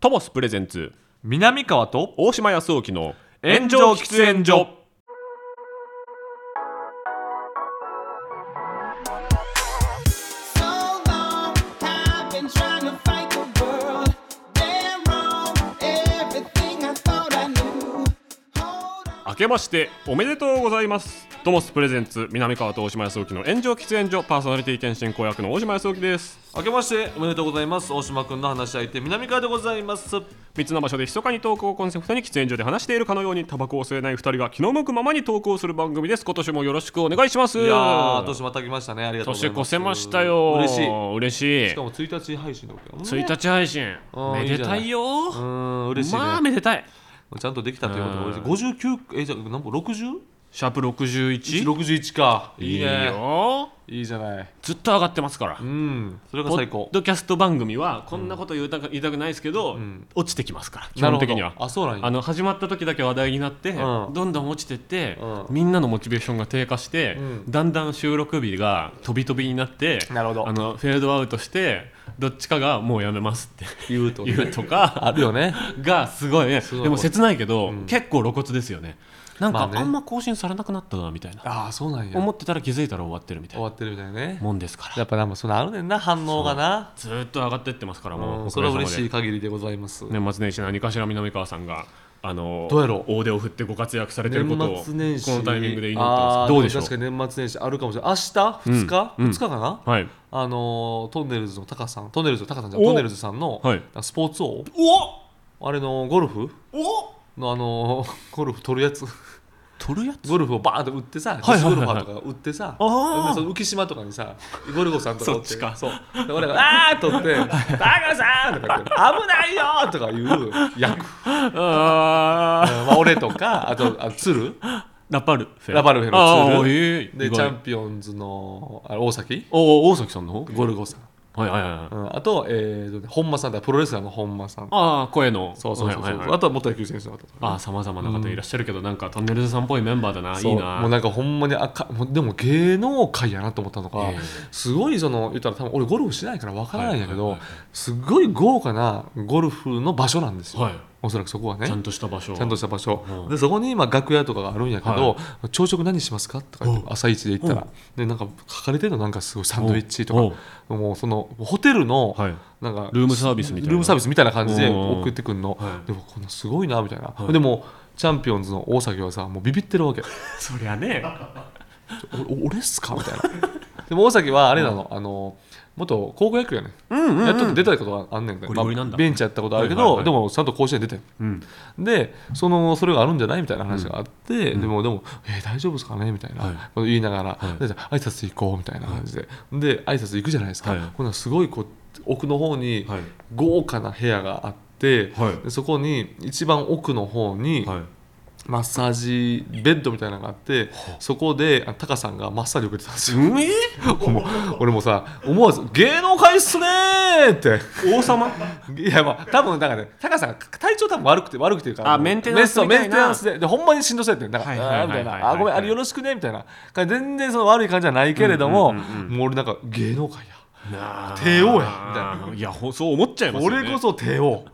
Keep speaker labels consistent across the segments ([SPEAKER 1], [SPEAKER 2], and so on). [SPEAKER 1] トモスプレゼンツ
[SPEAKER 2] 南川と
[SPEAKER 1] 大島康沖の
[SPEAKER 2] 炎上喫煙所
[SPEAKER 1] 明けましておめでとうございますトモスプレゼンツ南川と大島康沖の炎上喫煙所パーソナリティ転身公役の大島康沖です
[SPEAKER 2] 明けましておめでとうございます大島君の話し相手南川でございます
[SPEAKER 1] 3つの場所で密かに投稿コンセプトに喫煙所で話しているかのようにタバコを吸えない2人が気の向くままに投稿する番組です今年もよろしくお願いします
[SPEAKER 2] いやー年また来ましたねありがとうござ
[SPEAKER 1] 年
[SPEAKER 2] います
[SPEAKER 1] 越せましたよ
[SPEAKER 2] 嬉しい
[SPEAKER 1] 嬉しい
[SPEAKER 2] しかも1日配信だけどね
[SPEAKER 1] 1日配信
[SPEAKER 2] あー
[SPEAKER 1] めでたいよ
[SPEAKER 2] うーん嬉しいね、
[SPEAKER 1] まあめでたい
[SPEAKER 2] ちゃんとできたということで嬉しい59えじゃあ何本 60?
[SPEAKER 1] シャープ61
[SPEAKER 2] 61かいいね
[SPEAKER 1] いいよ
[SPEAKER 2] いいじゃない
[SPEAKER 1] ずっと上がってますから
[SPEAKER 2] うんそれが
[SPEAKER 1] ポ
[SPEAKER 2] 最
[SPEAKER 1] ッ
[SPEAKER 2] 高
[SPEAKER 1] ドキャスト番組はこんなこと言いたく言いたくないですけど、落ちてきますから基
[SPEAKER 2] なる
[SPEAKER 1] 本
[SPEAKER 2] ほ
[SPEAKER 1] 的
[SPEAKER 2] ど
[SPEAKER 1] には
[SPEAKER 2] あそうなんや
[SPEAKER 1] あの始まった時だけ話題になって、
[SPEAKER 2] うん
[SPEAKER 1] どんどん落ちてって、
[SPEAKER 2] うん
[SPEAKER 1] みんなのモチベーションが低下して、
[SPEAKER 2] う
[SPEAKER 1] だんだん収録日が飛び飛びになって
[SPEAKER 2] なるほど
[SPEAKER 1] あのフェードアウトしてどっちかがもうやめますって
[SPEAKER 2] 言うとね
[SPEAKER 1] 言うとか
[SPEAKER 2] あるよね
[SPEAKER 1] がすごいね
[SPEAKER 2] ごい
[SPEAKER 1] でも切ないけど、結構露骨ですよねなんか、
[SPEAKER 2] ま
[SPEAKER 1] あ
[SPEAKER 2] あね
[SPEAKER 1] んま更新されなくなったなみたいな
[SPEAKER 2] ああそうなんや
[SPEAKER 1] 思ってたら気づいたら終わってるみたいな
[SPEAKER 2] 終わってるみたいね
[SPEAKER 1] もんですから
[SPEAKER 2] やっぱなんかそのあるねんな反応がな
[SPEAKER 1] ずーっと上がってってますからもう、
[SPEAKER 2] うんそれは嬉し
[SPEAKER 1] い
[SPEAKER 2] い限りでございます
[SPEAKER 1] 年末年始何かしら南川さんがあの
[SPEAKER 2] どうやろ
[SPEAKER 1] 大手を振ってご活躍されてることを
[SPEAKER 2] 年末年始
[SPEAKER 1] このタイミングで祈って
[SPEAKER 2] あ
[SPEAKER 1] ま
[SPEAKER 2] ー
[SPEAKER 1] すどうでしょう
[SPEAKER 2] も確かに年末年始あるかもしれない明日2日、
[SPEAKER 1] うん
[SPEAKER 2] 2日かな、
[SPEAKER 1] はい
[SPEAKER 2] あのートンネルズのタカさんトンネルズのタカさんじゃん
[SPEAKER 1] お
[SPEAKER 2] トンネルズさんの、
[SPEAKER 1] はい
[SPEAKER 2] スポーツ王
[SPEAKER 1] お
[SPEAKER 2] あれのゴルフ
[SPEAKER 1] お
[SPEAKER 2] のあのー ゴルフ取るやつ
[SPEAKER 1] 取るやつ
[SPEAKER 2] ゴルフをバーンと打ってさ、
[SPEAKER 1] はいはいはい
[SPEAKER 2] 女子ゴルファーとかが打ってさ、
[SPEAKER 1] あー
[SPEAKER 2] その浮島とかにさ、ゴルゴさんとかおって
[SPEAKER 1] そっちか
[SPEAKER 2] そう。で俺が、あーっとって、バカさんとか言って、危ないよーとか言う 役。
[SPEAKER 1] あ
[SPEAKER 2] まあ、俺とか、あと、あ鶴
[SPEAKER 1] ーラパルフェ
[SPEAKER 2] ラパルフェの
[SPEAKER 1] あー
[SPEAKER 2] ツール
[SPEAKER 1] えー
[SPEAKER 2] で、
[SPEAKER 1] 意
[SPEAKER 2] チ
[SPEAKER 1] 外
[SPEAKER 2] ャンピオンズのあ大崎、
[SPEAKER 1] おー大崎さんの方
[SPEAKER 2] ゴルゴさん。
[SPEAKER 1] はいはいはいはい
[SPEAKER 2] うんあと、えーとね、本間さんだ、プロレスラーの本間さん。
[SPEAKER 1] ああ声の
[SPEAKER 2] そうそうそうそう、
[SPEAKER 1] はいはいはい
[SPEAKER 2] あとは元野球選手の方とか。
[SPEAKER 1] ああさまざまな方いらっしゃるけど、なんかトンネルズさんっぽいメンバーだな
[SPEAKER 2] そ
[SPEAKER 1] いうい
[SPEAKER 2] もう
[SPEAKER 1] な
[SPEAKER 2] なんかほんまにあかもうでも芸能界やなと思ったのが、
[SPEAKER 1] ええ
[SPEAKER 2] すごいその言ったら多分俺ゴルフしないからわからないんだけど、
[SPEAKER 1] はいはいはい
[SPEAKER 2] すごい豪華なゴルフの場所なんですよ、
[SPEAKER 1] はい
[SPEAKER 2] おそらくそこはね
[SPEAKER 1] ち
[SPEAKER 2] ち
[SPEAKER 1] ゃ
[SPEAKER 2] ゃ
[SPEAKER 1] んとした場所
[SPEAKER 2] んとした場所、
[SPEAKER 1] うん
[SPEAKER 2] でそこに今楽屋とかがあるんやけど、朝食何しますかとか言って朝一で行ったら、でなんか書かれてるのなんかすごいサンドイッチとかもうそのホテルの、
[SPEAKER 1] はい
[SPEAKER 2] なんか
[SPEAKER 1] ルームサービスみたいな
[SPEAKER 2] ルームサービスみたいな感じで
[SPEAKER 1] うん
[SPEAKER 2] 送ってくんの、
[SPEAKER 1] はい
[SPEAKER 2] でもこんなすごいなみたいな、
[SPEAKER 1] い
[SPEAKER 2] でもチャンピオンズの大崎はさもうビビってるわけ
[SPEAKER 1] そりゃね
[SPEAKER 2] おお俺っすかみたいなでも大崎はあれなの、あの元高校野球やね、
[SPEAKER 1] うんうん、うん、
[SPEAKER 2] やっとって出たことはあんねんけど、
[SPEAKER 1] ゴリゴリなんだ
[SPEAKER 2] ベンチやったことあるけ
[SPEAKER 1] は
[SPEAKER 2] ど、
[SPEAKER 1] いはいはい
[SPEAKER 2] でもちゃんと甲子園出てん
[SPEAKER 1] うん
[SPEAKER 2] でそのそれがあるんじゃないみたいな話があって、でもでも、えー大丈夫ですかねみたいな、
[SPEAKER 1] はい
[SPEAKER 2] こと言いながら、
[SPEAKER 1] はい
[SPEAKER 2] でじゃあ挨拶行こうみたいな感じで、で挨拶行くじゃないですか、
[SPEAKER 1] はい
[SPEAKER 2] こんなすごいこう奥の方に
[SPEAKER 1] はい
[SPEAKER 2] 豪華な部屋があって、
[SPEAKER 1] はい
[SPEAKER 2] でそこに一番奥の方に、
[SPEAKER 1] はい
[SPEAKER 2] マッサージベッドみたいなのがあってそこであタカさんがマッサージを受けてたんですよ
[SPEAKER 1] うんえ
[SPEAKER 2] もう俺もさ思わず「芸能界っすねー!」って
[SPEAKER 1] 王様
[SPEAKER 2] いやまあ多分なんかねタカさんが体調多分悪くて悪くていうか
[SPEAKER 1] あメンテナンスみたいな
[SPEAKER 2] メンテナンスででほんまにしんどそうやってなんか「
[SPEAKER 1] はいはいはい
[SPEAKER 2] あーみた
[SPEAKER 1] は
[SPEAKER 2] い
[SPEAKER 1] い
[SPEAKER 2] な「
[SPEAKER 1] はい
[SPEAKER 2] あごめんあれよろしくね」みたいな全然その悪い感じはないけれども、
[SPEAKER 1] うんうんうんうん
[SPEAKER 2] もう俺なんか芸能界や
[SPEAKER 1] なあ
[SPEAKER 2] 帝王やみたいない
[SPEAKER 1] やほそう思っちゃいますよね
[SPEAKER 2] 俺こそ帝王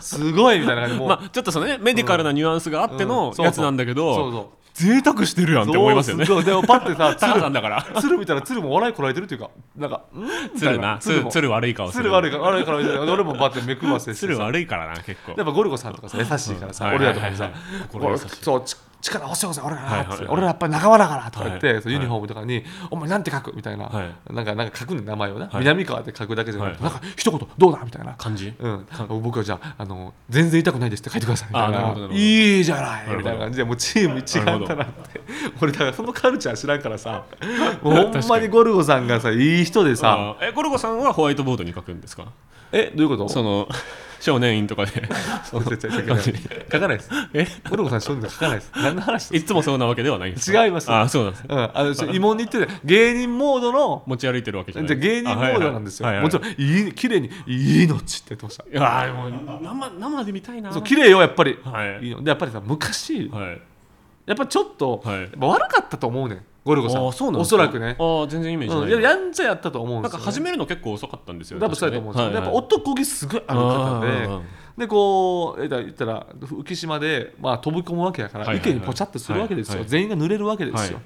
[SPEAKER 2] すごいみたいな感じでもう、
[SPEAKER 1] まあちょっとそのねメディカルなニュアンスがあって
[SPEAKER 2] う
[SPEAKER 1] の
[SPEAKER 2] んそうそう
[SPEAKER 1] やつなんだけど、
[SPEAKER 2] そうそう
[SPEAKER 1] 贅沢してるやんって思いますよね
[SPEAKER 2] そうそうでもパッ てさ
[SPEAKER 1] タカさんだから
[SPEAKER 2] 鶴見たら鶴も笑いこらえてるっていうかなんかんみたい
[SPEAKER 1] 鶴な
[SPEAKER 2] 鶴
[SPEAKER 1] 鶴
[SPEAKER 2] も
[SPEAKER 1] 鶴悪い顔する
[SPEAKER 2] 鶴悪いから笑いこらえてる俺もバッて目くばせして
[SPEAKER 1] 鶴
[SPEAKER 2] さ
[SPEAKER 1] 悪いからな結構
[SPEAKER 2] やっぱゴルゴさんとかさ優しいからさ
[SPEAKER 1] うん
[SPEAKER 2] 俺らとかも
[SPEAKER 1] は
[SPEAKER 2] さ
[SPEAKER 1] いはいはいはい心
[SPEAKER 2] こ
[SPEAKER 1] 優
[SPEAKER 2] う
[SPEAKER 1] しい
[SPEAKER 2] そうち力合わせようぜ俺ら
[SPEAKER 1] はい
[SPEAKER 2] な
[SPEAKER 1] はいはい
[SPEAKER 2] つって俺らやっぱり仲間だからとか言っ
[SPEAKER 1] は
[SPEAKER 2] て
[SPEAKER 1] い
[SPEAKER 2] そうユニフォームとかにお前なんて書くみたいな
[SPEAKER 1] は
[SPEAKER 2] なんかなんか書くね名前をな
[SPEAKER 1] はい
[SPEAKER 2] 南川って書くだけじゃなくて
[SPEAKER 1] は
[SPEAKER 2] ないんか一言どうだみたいな
[SPEAKER 1] 感じ
[SPEAKER 2] うん、僕はじゃああの全然痛くないですって書いてくださいみたい
[SPEAKER 1] あなる
[SPEAKER 2] な
[SPEAKER 1] ほどなるほど
[SPEAKER 2] いいじゃな
[SPEAKER 1] るほ
[SPEAKER 2] い
[SPEAKER 1] ど
[SPEAKER 2] みたいな感じでもうチーム一丸となって俺だからそのカルチャー知らんか らさもうほんまにゴルゴさんがさいい人でさ
[SPEAKER 1] あーえゴルゴさんはホワイトボードに書くんですか
[SPEAKER 2] えどういうこと
[SPEAKER 1] その少年院とかで
[SPEAKER 2] そう違う違う違う書 かないです
[SPEAKER 1] え
[SPEAKER 2] ゴルゴさんそういうの書かないです何の話で
[SPEAKER 1] い
[SPEAKER 2] す
[SPEAKER 1] つもそうなわけではないんですか
[SPEAKER 2] 違います
[SPEAKER 1] あーそうなんですね
[SPEAKER 2] うん、あのそう疑問に言ってた芸人モードの
[SPEAKER 1] 持ち歩いてるわけじゃ
[SPEAKER 2] じゃ
[SPEAKER 1] ない
[SPEAKER 2] あ芸人モードなんですよ、
[SPEAKER 1] あはいはい
[SPEAKER 2] もちろんいい綺麗に「いいのち」って言ってました
[SPEAKER 1] いやーもう生生で見たいな
[SPEAKER 2] そう綺麗よやっぱり、
[SPEAKER 1] はい
[SPEAKER 2] いいのでやっぱりさ昔、
[SPEAKER 1] はい
[SPEAKER 2] やっぱちょっと、
[SPEAKER 1] はい
[SPEAKER 2] やっぱ悪かったと思うねんゴルゴさん
[SPEAKER 1] あーそうなん
[SPEAKER 2] お
[SPEAKER 1] ですか
[SPEAKER 2] そらくね、
[SPEAKER 1] ああ全然イメージない、
[SPEAKER 2] うん、ややんちゃやったと思う
[SPEAKER 1] な
[SPEAKER 2] んで
[SPEAKER 1] ん
[SPEAKER 2] すよ、
[SPEAKER 1] か
[SPEAKER 2] ね、
[SPEAKER 1] 始めるの結構遅かったんですよね
[SPEAKER 2] 多分そうやと思うんですよ、
[SPEAKER 1] 確かね
[SPEAKER 2] やっぱ
[SPEAKER 1] はいはい
[SPEAKER 2] 男気すごいある方で、
[SPEAKER 1] うんうんうん
[SPEAKER 2] でこうえーだ言ったら浮島で、まあ、飛び込むわけやか
[SPEAKER 1] は
[SPEAKER 2] ら、
[SPEAKER 1] いはいはい
[SPEAKER 2] 池にポチャってするわけですよ、
[SPEAKER 1] はいはい
[SPEAKER 2] 全員が濡れるわけですよ、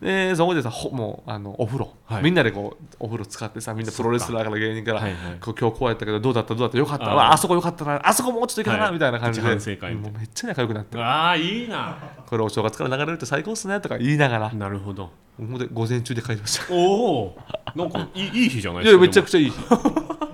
[SPEAKER 2] でそこでさほもうあのお風呂、
[SPEAKER 1] はい
[SPEAKER 2] みんなでこうお風呂使ってさみんなプロレスラーから芸人から、
[SPEAKER 1] はいはい
[SPEAKER 2] こう今日こうやったけどどうだったどうだったよかった
[SPEAKER 1] あー
[SPEAKER 2] わあそこよかったなあそこもうちょっといけたな、
[SPEAKER 1] はい
[SPEAKER 2] みたいな感じで
[SPEAKER 1] 一反省会みたい
[SPEAKER 2] も
[SPEAKER 1] う
[SPEAKER 2] めっちゃ仲良くなって
[SPEAKER 1] ああいいな
[SPEAKER 2] これお正月から流れるって最高っすねとか言いながら、
[SPEAKER 1] なるほど
[SPEAKER 2] ほんで午前中で帰りま した
[SPEAKER 1] おおなんかいいいい日じゃない
[SPEAKER 2] いやめちゃく
[SPEAKER 1] ち
[SPEAKER 2] ち ゃいい日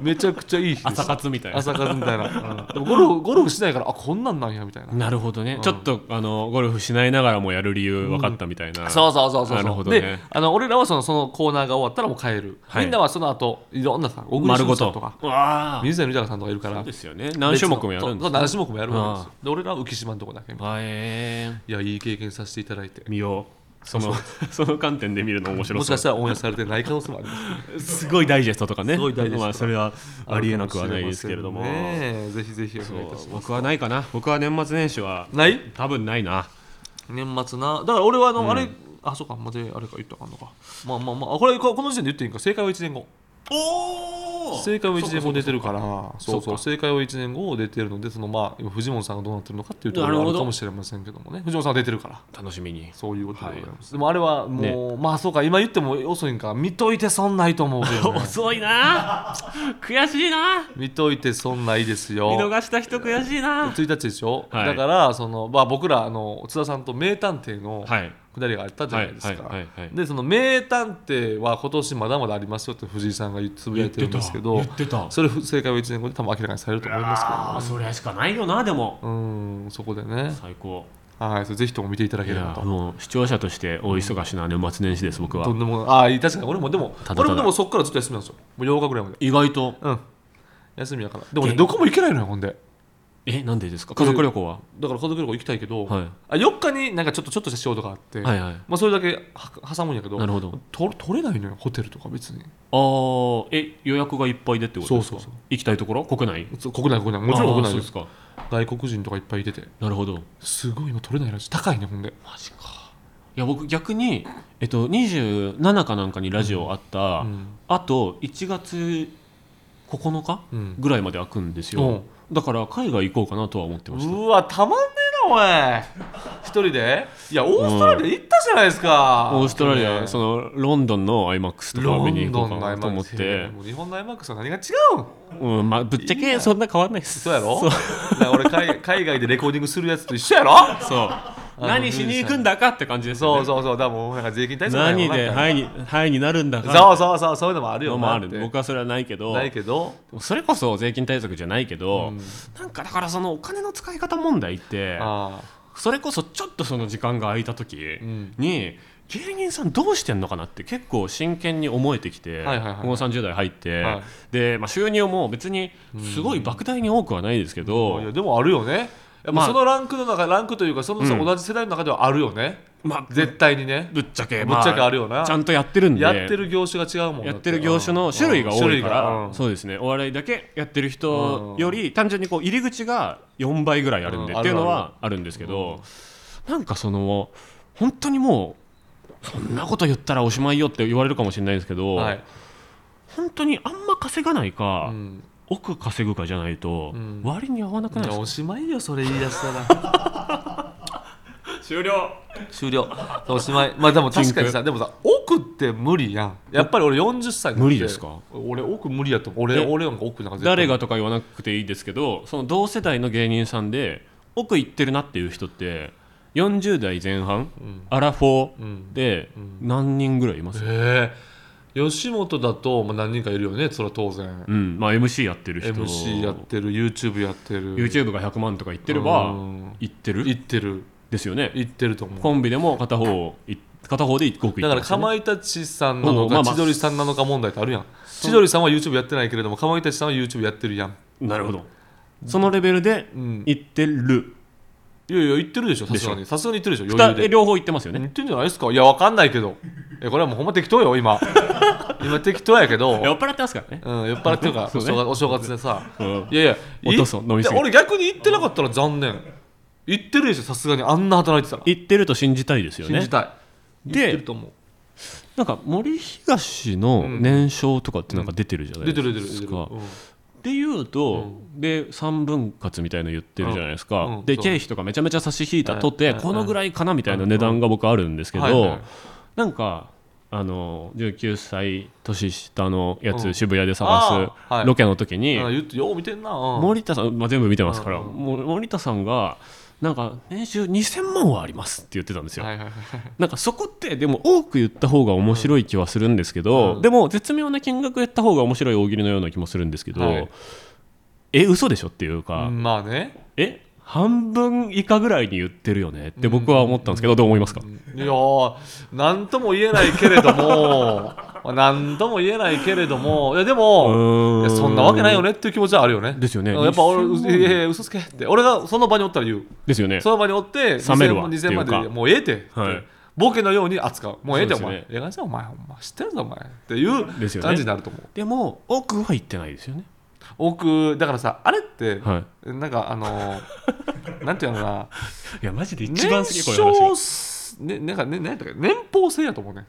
[SPEAKER 2] めちゃくちゃいい日です
[SPEAKER 1] 朝活みたいな
[SPEAKER 2] 朝活みたいな、うんでもゴルフゴルフしないからあこんなんなんやみたいな
[SPEAKER 1] なるほどね、ちょっとあのゴルフしないながらもやる理由分かったみたいな、
[SPEAKER 2] そうそうそうそう
[SPEAKER 1] なるほどね
[SPEAKER 2] であの俺らはそのそのコーナーが終わったらもう帰る、
[SPEAKER 1] はい
[SPEAKER 2] みんなはその後いろんなさ小栗
[SPEAKER 1] 丸
[SPEAKER 2] 旬
[SPEAKER 1] ご
[SPEAKER 2] さ
[SPEAKER 1] と
[SPEAKER 2] んとか
[SPEAKER 1] わあ
[SPEAKER 2] 水谷豊さんとかいるから
[SPEAKER 1] そうですよね何種目もやるんで
[SPEAKER 2] そう
[SPEAKER 1] す
[SPEAKER 2] そう何種目もやるわけで
[SPEAKER 1] あ
[SPEAKER 2] すよで俺らは浮島のとこだけ
[SPEAKER 1] あえ
[SPEAKER 2] いやいい経験させていただいて
[SPEAKER 1] ー、見ようそのその観点で見るの面白
[SPEAKER 2] もし
[SPEAKER 1] そ
[SPEAKER 2] か
[SPEAKER 1] う
[SPEAKER 2] したらオンエアされてない可能性もあります
[SPEAKER 1] すごいダイジェストとかね
[SPEAKER 2] すごいダイジェストとか
[SPEAKER 1] まあ、それは ありえなくはないですけれども
[SPEAKER 2] あるかしれませんねぜひぜひお
[SPEAKER 1] そ
[SPEAKER 2] 願いいたし
[SPEAKER 1] う
[SPEAKER 2] ま
[SPEAKER 1] 僕はないかな僕は年末年始は
[SPEAKER 2] すない
[SPEAKER 1] 多分ないな
[SPEAKER 2] 年末なだから俺はあの、あれあそうかまであれか言ったらあかんのかまあまあまああこれここの時点で言っていいんか正解は1年後
[SPEAKER 1] お
[SPEAKER 2] 正解は1年後出てるからそう
[SPEAKER 1] そ
[SPEAKER 2] そうう
[SPEAKER 1] か
[SPEAKER 2] 正解は1年後出てるのでそのまあ今藤本さんがどうなってるのかっていうとこ
[SPEAKER 1] なる
[SPEAKER 2] ろはあ
[SPEAKER 1] ほ
[SPEAKER 2] る
[SPEAKER 1] ど
[SPEAKER 2] かもしれませんけどもね藤本さんは出てるから
[SPEAKER 1] 楽しみに
[SPEAKER 2] そういうことでございます、でもあれはもう、まあそうか今言っても遅いんか見といて損ないと思うけど、ね、
[SPEAKER 1] 遅いな悔しいな
[SPEAKER 2] 見といて損ないです
[SPEAKER 1] 見
[SPEAKER 2] よ
[SPEAKER 1] 逃した人悔しいな
[SPEAKER 2] 1日でしょ、
[SPEAKER 1] はい
[SPEAKER 2] だからその、まあ、僕らあの津田さんと名探偵の
[SPEAKER 1] はい
[SPEAKER 2] くだりがあったじゃないですか、
[SPEAKER 1] はいはいはいはい
[SPEAKER 2] でその名探偵は今年まだまだありますよって藤井さんが言ってつぶやいてるんですけど
[SPEAKER 1] 言ってた
[SPEAKER 2] それ正解は1年後で多分明らかにされると思いますけど、
[SPEAKER 1] ああそりゃしかないよなでも
[SPEAKER 2] うんそこでね
[SPEAKER 1] 最高
[SPEAKER 2] はいそれぜひとも見ていただ
[SPEAKER 1] い
[SPEAKER 2] ければ
[SPEAKER 1] や
[SPEAKER 2] と
[SPEAKER 1] もう視聴者として大忙しな年末年始です僕
[SPEAKER 2] と
[SPEAKER 1] は
[SPEAKER 2] んでもないああいい確かに俺もでも
[SPEAKER 1] ただただ
[SPEAKER 2] 俺もでもそこからずっと休みなんですよもう8日ぐらいまで
[SPEAKER 1] 意外と
[SPEAKER 2] うん休みやからでもね
[SPEAKER 1] え
[SPEAKER 2] どこも行けないのよほんで
[SPEAKER 1] えなんでですか家族旅行は
[SPEAKER 2] だから家族旅行行きたいけど、
[SPEAKER 1] はい
[SPEAKER 2] あ4日になんかちょっとちょっとした仕事があって、
[SPEAKER 1] はいはい
[SPEAKER 2] まあ、それだけは挟むんやけど
[SPEAKER 1] なるほど
[SPEAKER 2] と取れないのよホテルとか別に
[SPEAKER 1] ああえ予約がいっぱいでってことですか
[SPEAKER 2] そうそうそう
[SPEAKER 1] 行きたいところ国内
[SPEAKER 2] そう国内国内もちろん国
[SPEAKER 1] あーそ
[SPEAKER 2] 内
[SPEAKER 1] う
[SPEAKER 2] で
[SPEAKER 1] ですすか
[SPEAKER 2] 外国人とかいっぱいいてて
[SPEAKER 1] なるほど
[SPEAKER 2] すごい今取れないらしい高いねほんで
[SPEAKER 1] マジかいや僕逆に、えっと、27かなんかにラジオあった、
[SPEAKER 2] うん
[SPEAKER 1] あと1月9日
[SPEAKER 2] うん
[SPEAKER 1] ぐらいまで開くんですよ、だから海外行こうかなとは思ってました
[SPEAKER 2] うわたまんねえなお前一人でいやオーストラリア行ったじゃないですか、
[SPEAKER 1] オーストラリ
[SPEAKER 2] 去
[SPEAKER 1] ア
[SPEAKER 2] 年
[SPEAKER 1] そのロンドンの IMAX とか
[SPEAKER 2] ロ
[SPEAKER 1] 見に
[SPEAKER 2] ン
[SPEAKER 1] 行こ
[SPEAKER 2] ド
[SPEAKER 1] う
[SPEAKER 2] ン
[SPEAKER 1] か
[SPEAKER 2] の
[SPEAKER 1] なと思っ
[SPEAKER 2] IMAX
[SPEAKER 1] て、
[SPEAKER 2] もう日本の IMAX は何が違うん
[SPEAKER 1] うんまあ、ぶっちゃけそんな変わんないです
[SPEAKER 2] そうやろ
[SPEAKER 1] そう
[SPEAKER 2] だから俺海海外でレコーディングするやつと一緒やろ
[SPEAKER 1] そう
[SPEAKER 2] の
[SPEAKER 1] 何しに行くんだかって感じですよ
[SPEAKER 2] そ
[SPEAKER 1] ね
[SPEAKER 2] うそうそうだからもうなんか税金対策
[SPEAKER 1] 何で
[SPEAKER 2] は
[SPEAKER 1] はいいにはいになるんだか
[SPEAKER 2] そうそうそうそういうのもあるよ
[SPEAKER 1] のも
[SPEAKER 2] な
[SPEAKER 1] あ
[SPEAKER 2] って
[SPEAKER 1] る僕はそれはないけど
[SPEAKER 2] ないけど
[SPEAKER 1] それこそ税金対策じゃないけど、
[SPEAKER 2] うん
[SPEAKER 1] なんかだからそのお金の使い方問題って
[SPEAKER 2] ああ
[SPEAKER 1] それこそちょっとその時間が空いた時
[SPEAKER 2] ん
[SPEAKER 1] に、芸人さんどうしてんのかなって結構真剣に思えてきて、
[SPEAKER 2] はいはいはい
[SPEAKER 1] もう30代入って、
[SPEAKER 2] はい
[SPEAKER 1] でまあ、収入も別にすごい莫大に多くはないですけど、
[SPEAKER 2] いやでもあるよねやっ
[SPEAKER 1] まあ
[SPEAKER 2] ぱそのランクの中ランクというかその
[SPEAKER 1] うん
[SPEAKER 2] 同じ世代の中ではあるよね、
[SPEAKER 1] まあ、
[SPEAKER 2] 絶対にね
[SPEAKER 1] ぶっちゃけ、
[SPEAKER 2] ぶ
[SPEAKER 1] ま
[SPEAKER 2] っちゃけあるよな
[SPEAKER 1] ちゃんとやってるんで
[SPEAKER 2] やってる業種が違うもん
[SPEAKER 1] やってる業種の種類が多いか
[SPEAKER 2] うん
[SPEAKER 1] ら、
[SPEAKER 2] うん
[SPEAKER 1] そうですねお笑いだけやってる人より単純にこう入り口が4倍ぐらいあるんで
[SPEAKER 2] うん
[SPEAKER 1] っていうのはあるんですけど、なんかその本当にもうそんなこと言ったらおしまいよって言われるかもしれないですけど、
[SPEAKER 2] はい
[SPEAKER 1] 本当にあんま稼がないか、
[SPEAKER 2] うん
[SPEAKER 1] 奥稼ぐかじゃないと
[SPEAKER 2] うん
[SPEAKER 1] 割に合わなくない
[SPEAKER 2] い
[SPEAKER 1] で
[SPEAKER 2] や
[SPEAKER 1] すか、
[SPEAKER 2] おしまいよそれ言い出したら
[SPEAKER 1] 終了
[SPEAKER 2] 終了おしまいまあでも確かに
[SPEAKER 1] 緊
[SPEAKER 2] さでもさ奥って無理やんやっぱり俺40歳になって
[SPEAKER 1] 無理ですか
[SPEAKER 2] 俺奥無理やと思う俺
[SPEAKER 1] え
[SPEAKER 2] 俺なんか奥なんか絶対
[SPEAKER 1] 誰がとか言わなくていいですけどその同世代の芸人さんで奥行ってるなっていう人って40代前半、
[SPEAKER 2] ん
[SPEAKER 1] アラフォ
[SPEAKER 2] う
[SPEAKER 1] ー
[SPEAKER 2] ん
[SPEAKER 1] で何人ぐらいいます、うん
[SPEAKER 2] へえ吉本だと、まあ、何人かいるよねそれは当然
[SPEAKER 1] まあ、MC やってる人
[SPEAKER 2] MC やってる YouTube やってる
[SPEAKER 1] YouTube が100万とか言ってれ
[SPEAKER 2] う
[SPEAKER 1] ば
[SPEAKER 2] ん
[SPEAKER 1] 行ってる
[SPEAKER 2] 行ってる
[SPEAKER 1] ですよね
[SPEAKER 2] 行ってると思う
[SPEAKER 1] コンビでも片方い片方で1個行って
[SPEAKER 2] だから
[SPEAKER 1] ます
[SPEAKER 2] か
[SPEAKER 1] よね
[SPEAKER 2] まいたちさんな
[SPEAKER 1] お
[SPEAKER 2] の
[SPEAKER 1] うまあ
[SPEAKER 2] か
[SPEAKER 1] まあ
[SPEAKER 2] 千鳥さんなのか問題ってあるやん千鳥さんは YouTube やってないけれどもかまいたちさんは YouTube やってるやん
[SPEAKER 1] なるほどそのレベルで
[SPEAKER 2] うん
[SPEAKER 1] 行ってる、
[SPEAKER 2] いやいや言ってるでしょさ
[SPEAKER 1] でし
[SPEAKER 2] す
[SPEAKER 1] ょ
[SPEAKER 2] がにさすがに言ってるでしょ
[SPEAKER 1] 二
[SPEAKER 2] 余裕で
[SPEAKER 1] 両方行ってますよね、
[SPEAKER 2] 言ってんじゃないですかいやわかんないけどえこれはもうほんま適当よ今今適当やけど
[SPEAKER 1] 酔っ払ってますからね
[SPEAKER 2] うん、酔っ払ってるから、
[SPEAKER 1] そう
[SPEAKER 2] お
[SPEAKER 1] ね
[SPEAKER 2] 正月お正月でさ、
[SPEAKER 1] うん
[SPEAKER 2] いやいや
[SPEAKER 1] お父さん
[SPEAKER 2] い
[SPEAKER 1] 飲みすぎ
[SPEAKER 2] で俺逆に行ってなかったら残念行ってるでしょさすがにあんな働いてたら、
[SPEAKER 1] 行ってると信じたいですよ
[SPEAKER 2] 信
[SPEAKER 1] ね
[SPEAKER 2] じたい
[SPEAKER 1] で
[SPEAKER 2] 行ってると思う
[SPEAKER 1] なんか森東の年商とかってなんか出てるじゃないで
[SPEAKER 2] 出
[SPEAKER 1] すか、
[SPEAKER 2] てる出てる出てる、うん
[SPEAKER 1] でいうと、で3分割みたいの言ってるじゃないですか、
[SPEAKER 2] うんうん
[SPEAKER 1] で
[SPEAKER 2] そう
[SPEAKER 1] 経費とかめちゃめちゃ差し引いたとって、
[SPEAKER 2] うん
[SPEAKER 1] このぐらいかなみたいな値段が僕あるんですけど、
[SPEAKER 2] はいはい
[SPEAKER 1] なんかあの19歳年下のやつ、
[SPEAKER 2] うん
[SPEAKER 1] 渋谷で探
[SPEAKER 2] あーは
[SPEAKER 1] す
[SPEAKER 2] い
[SPEAKER 1] ロケの時に、
[SPEAKER 2] あ言ってよう見てんなうん
[SPEAKER 1] 森田さん、まあ、全部見てますから、
[SPEAKER 2] うん
[SPEAKER 1] もう森田さんがなんか年収2000万はありますって言ってたんですよ。
[SPEAKER 2] はいはいはい
[SPEAKER 1] なんかそこってでも多く言った方が面白い気はするんですけど、
[SPEAKER 2] うん
[SPEAKER 1] でも絶妙な金額言った方が面白い大喜利のような気もするんですけど、
[SPEAKER 2] はい
[SPEAKER 1] え嘘でしょっていうか、
[SPEAKER 2] うんまあね
[SPEAKER 1] え半分以下ぐらいに言ってるよねって僕は思ったんですけど、どう思いますか、
[SPEAKER 2] いやーなんとも言えないけれどもまあなんとも言えないけれどもいやでもいやそんなわけないよ
[SPEAKER 1] ね
[SPEAKER 2] ねっていう気持ちはあるよね
[SPEAKER 1] ですよね
[SPEAKER 2] やっぱ俺
[SPEAKER 1] 2000万
[SPEAKER 2] いやいや嘘つけって俺がその場におったら言う
[SPEAKER 1] ですよね
[SPEAKER 2] その場におって
[SPEAKER 1] 冷めるわ
[SPEAKER 2] 2000万
[SPEAKER 1] っていうか
[SPEAKER 2] 2000万でもうええて、
[SPEAKER 1] はい
[SPEAKER 2] ボケのように扱うもうええて、
[SPEAKER 1] そう
[SPEAKER 2] お
[SPEAKER 1] です
[SPEAKER 2] 前
[SPEAKER 1] ね
[SPEAKER 2] ええ感じだお前お前知ってるぞお前っていう
[SPEAKER 1] ですよね
[SPEAKER 2] 感じになると思う、
[SPEAKER 1] でも奥は言ってないですよね
[SPEAKER 2] 奥だからさあれって、
[SPEAKER 1] は
[SPEAKER 2] なんかあの ーなんていうのかない
[SPEAKER 1] いやマジで一
[SPEAKER 2] 年
[SPEAKER 1] 番好きこういう話
[SPEAKER 2] 少すねなんかねなんだっけ年俸制やと思うね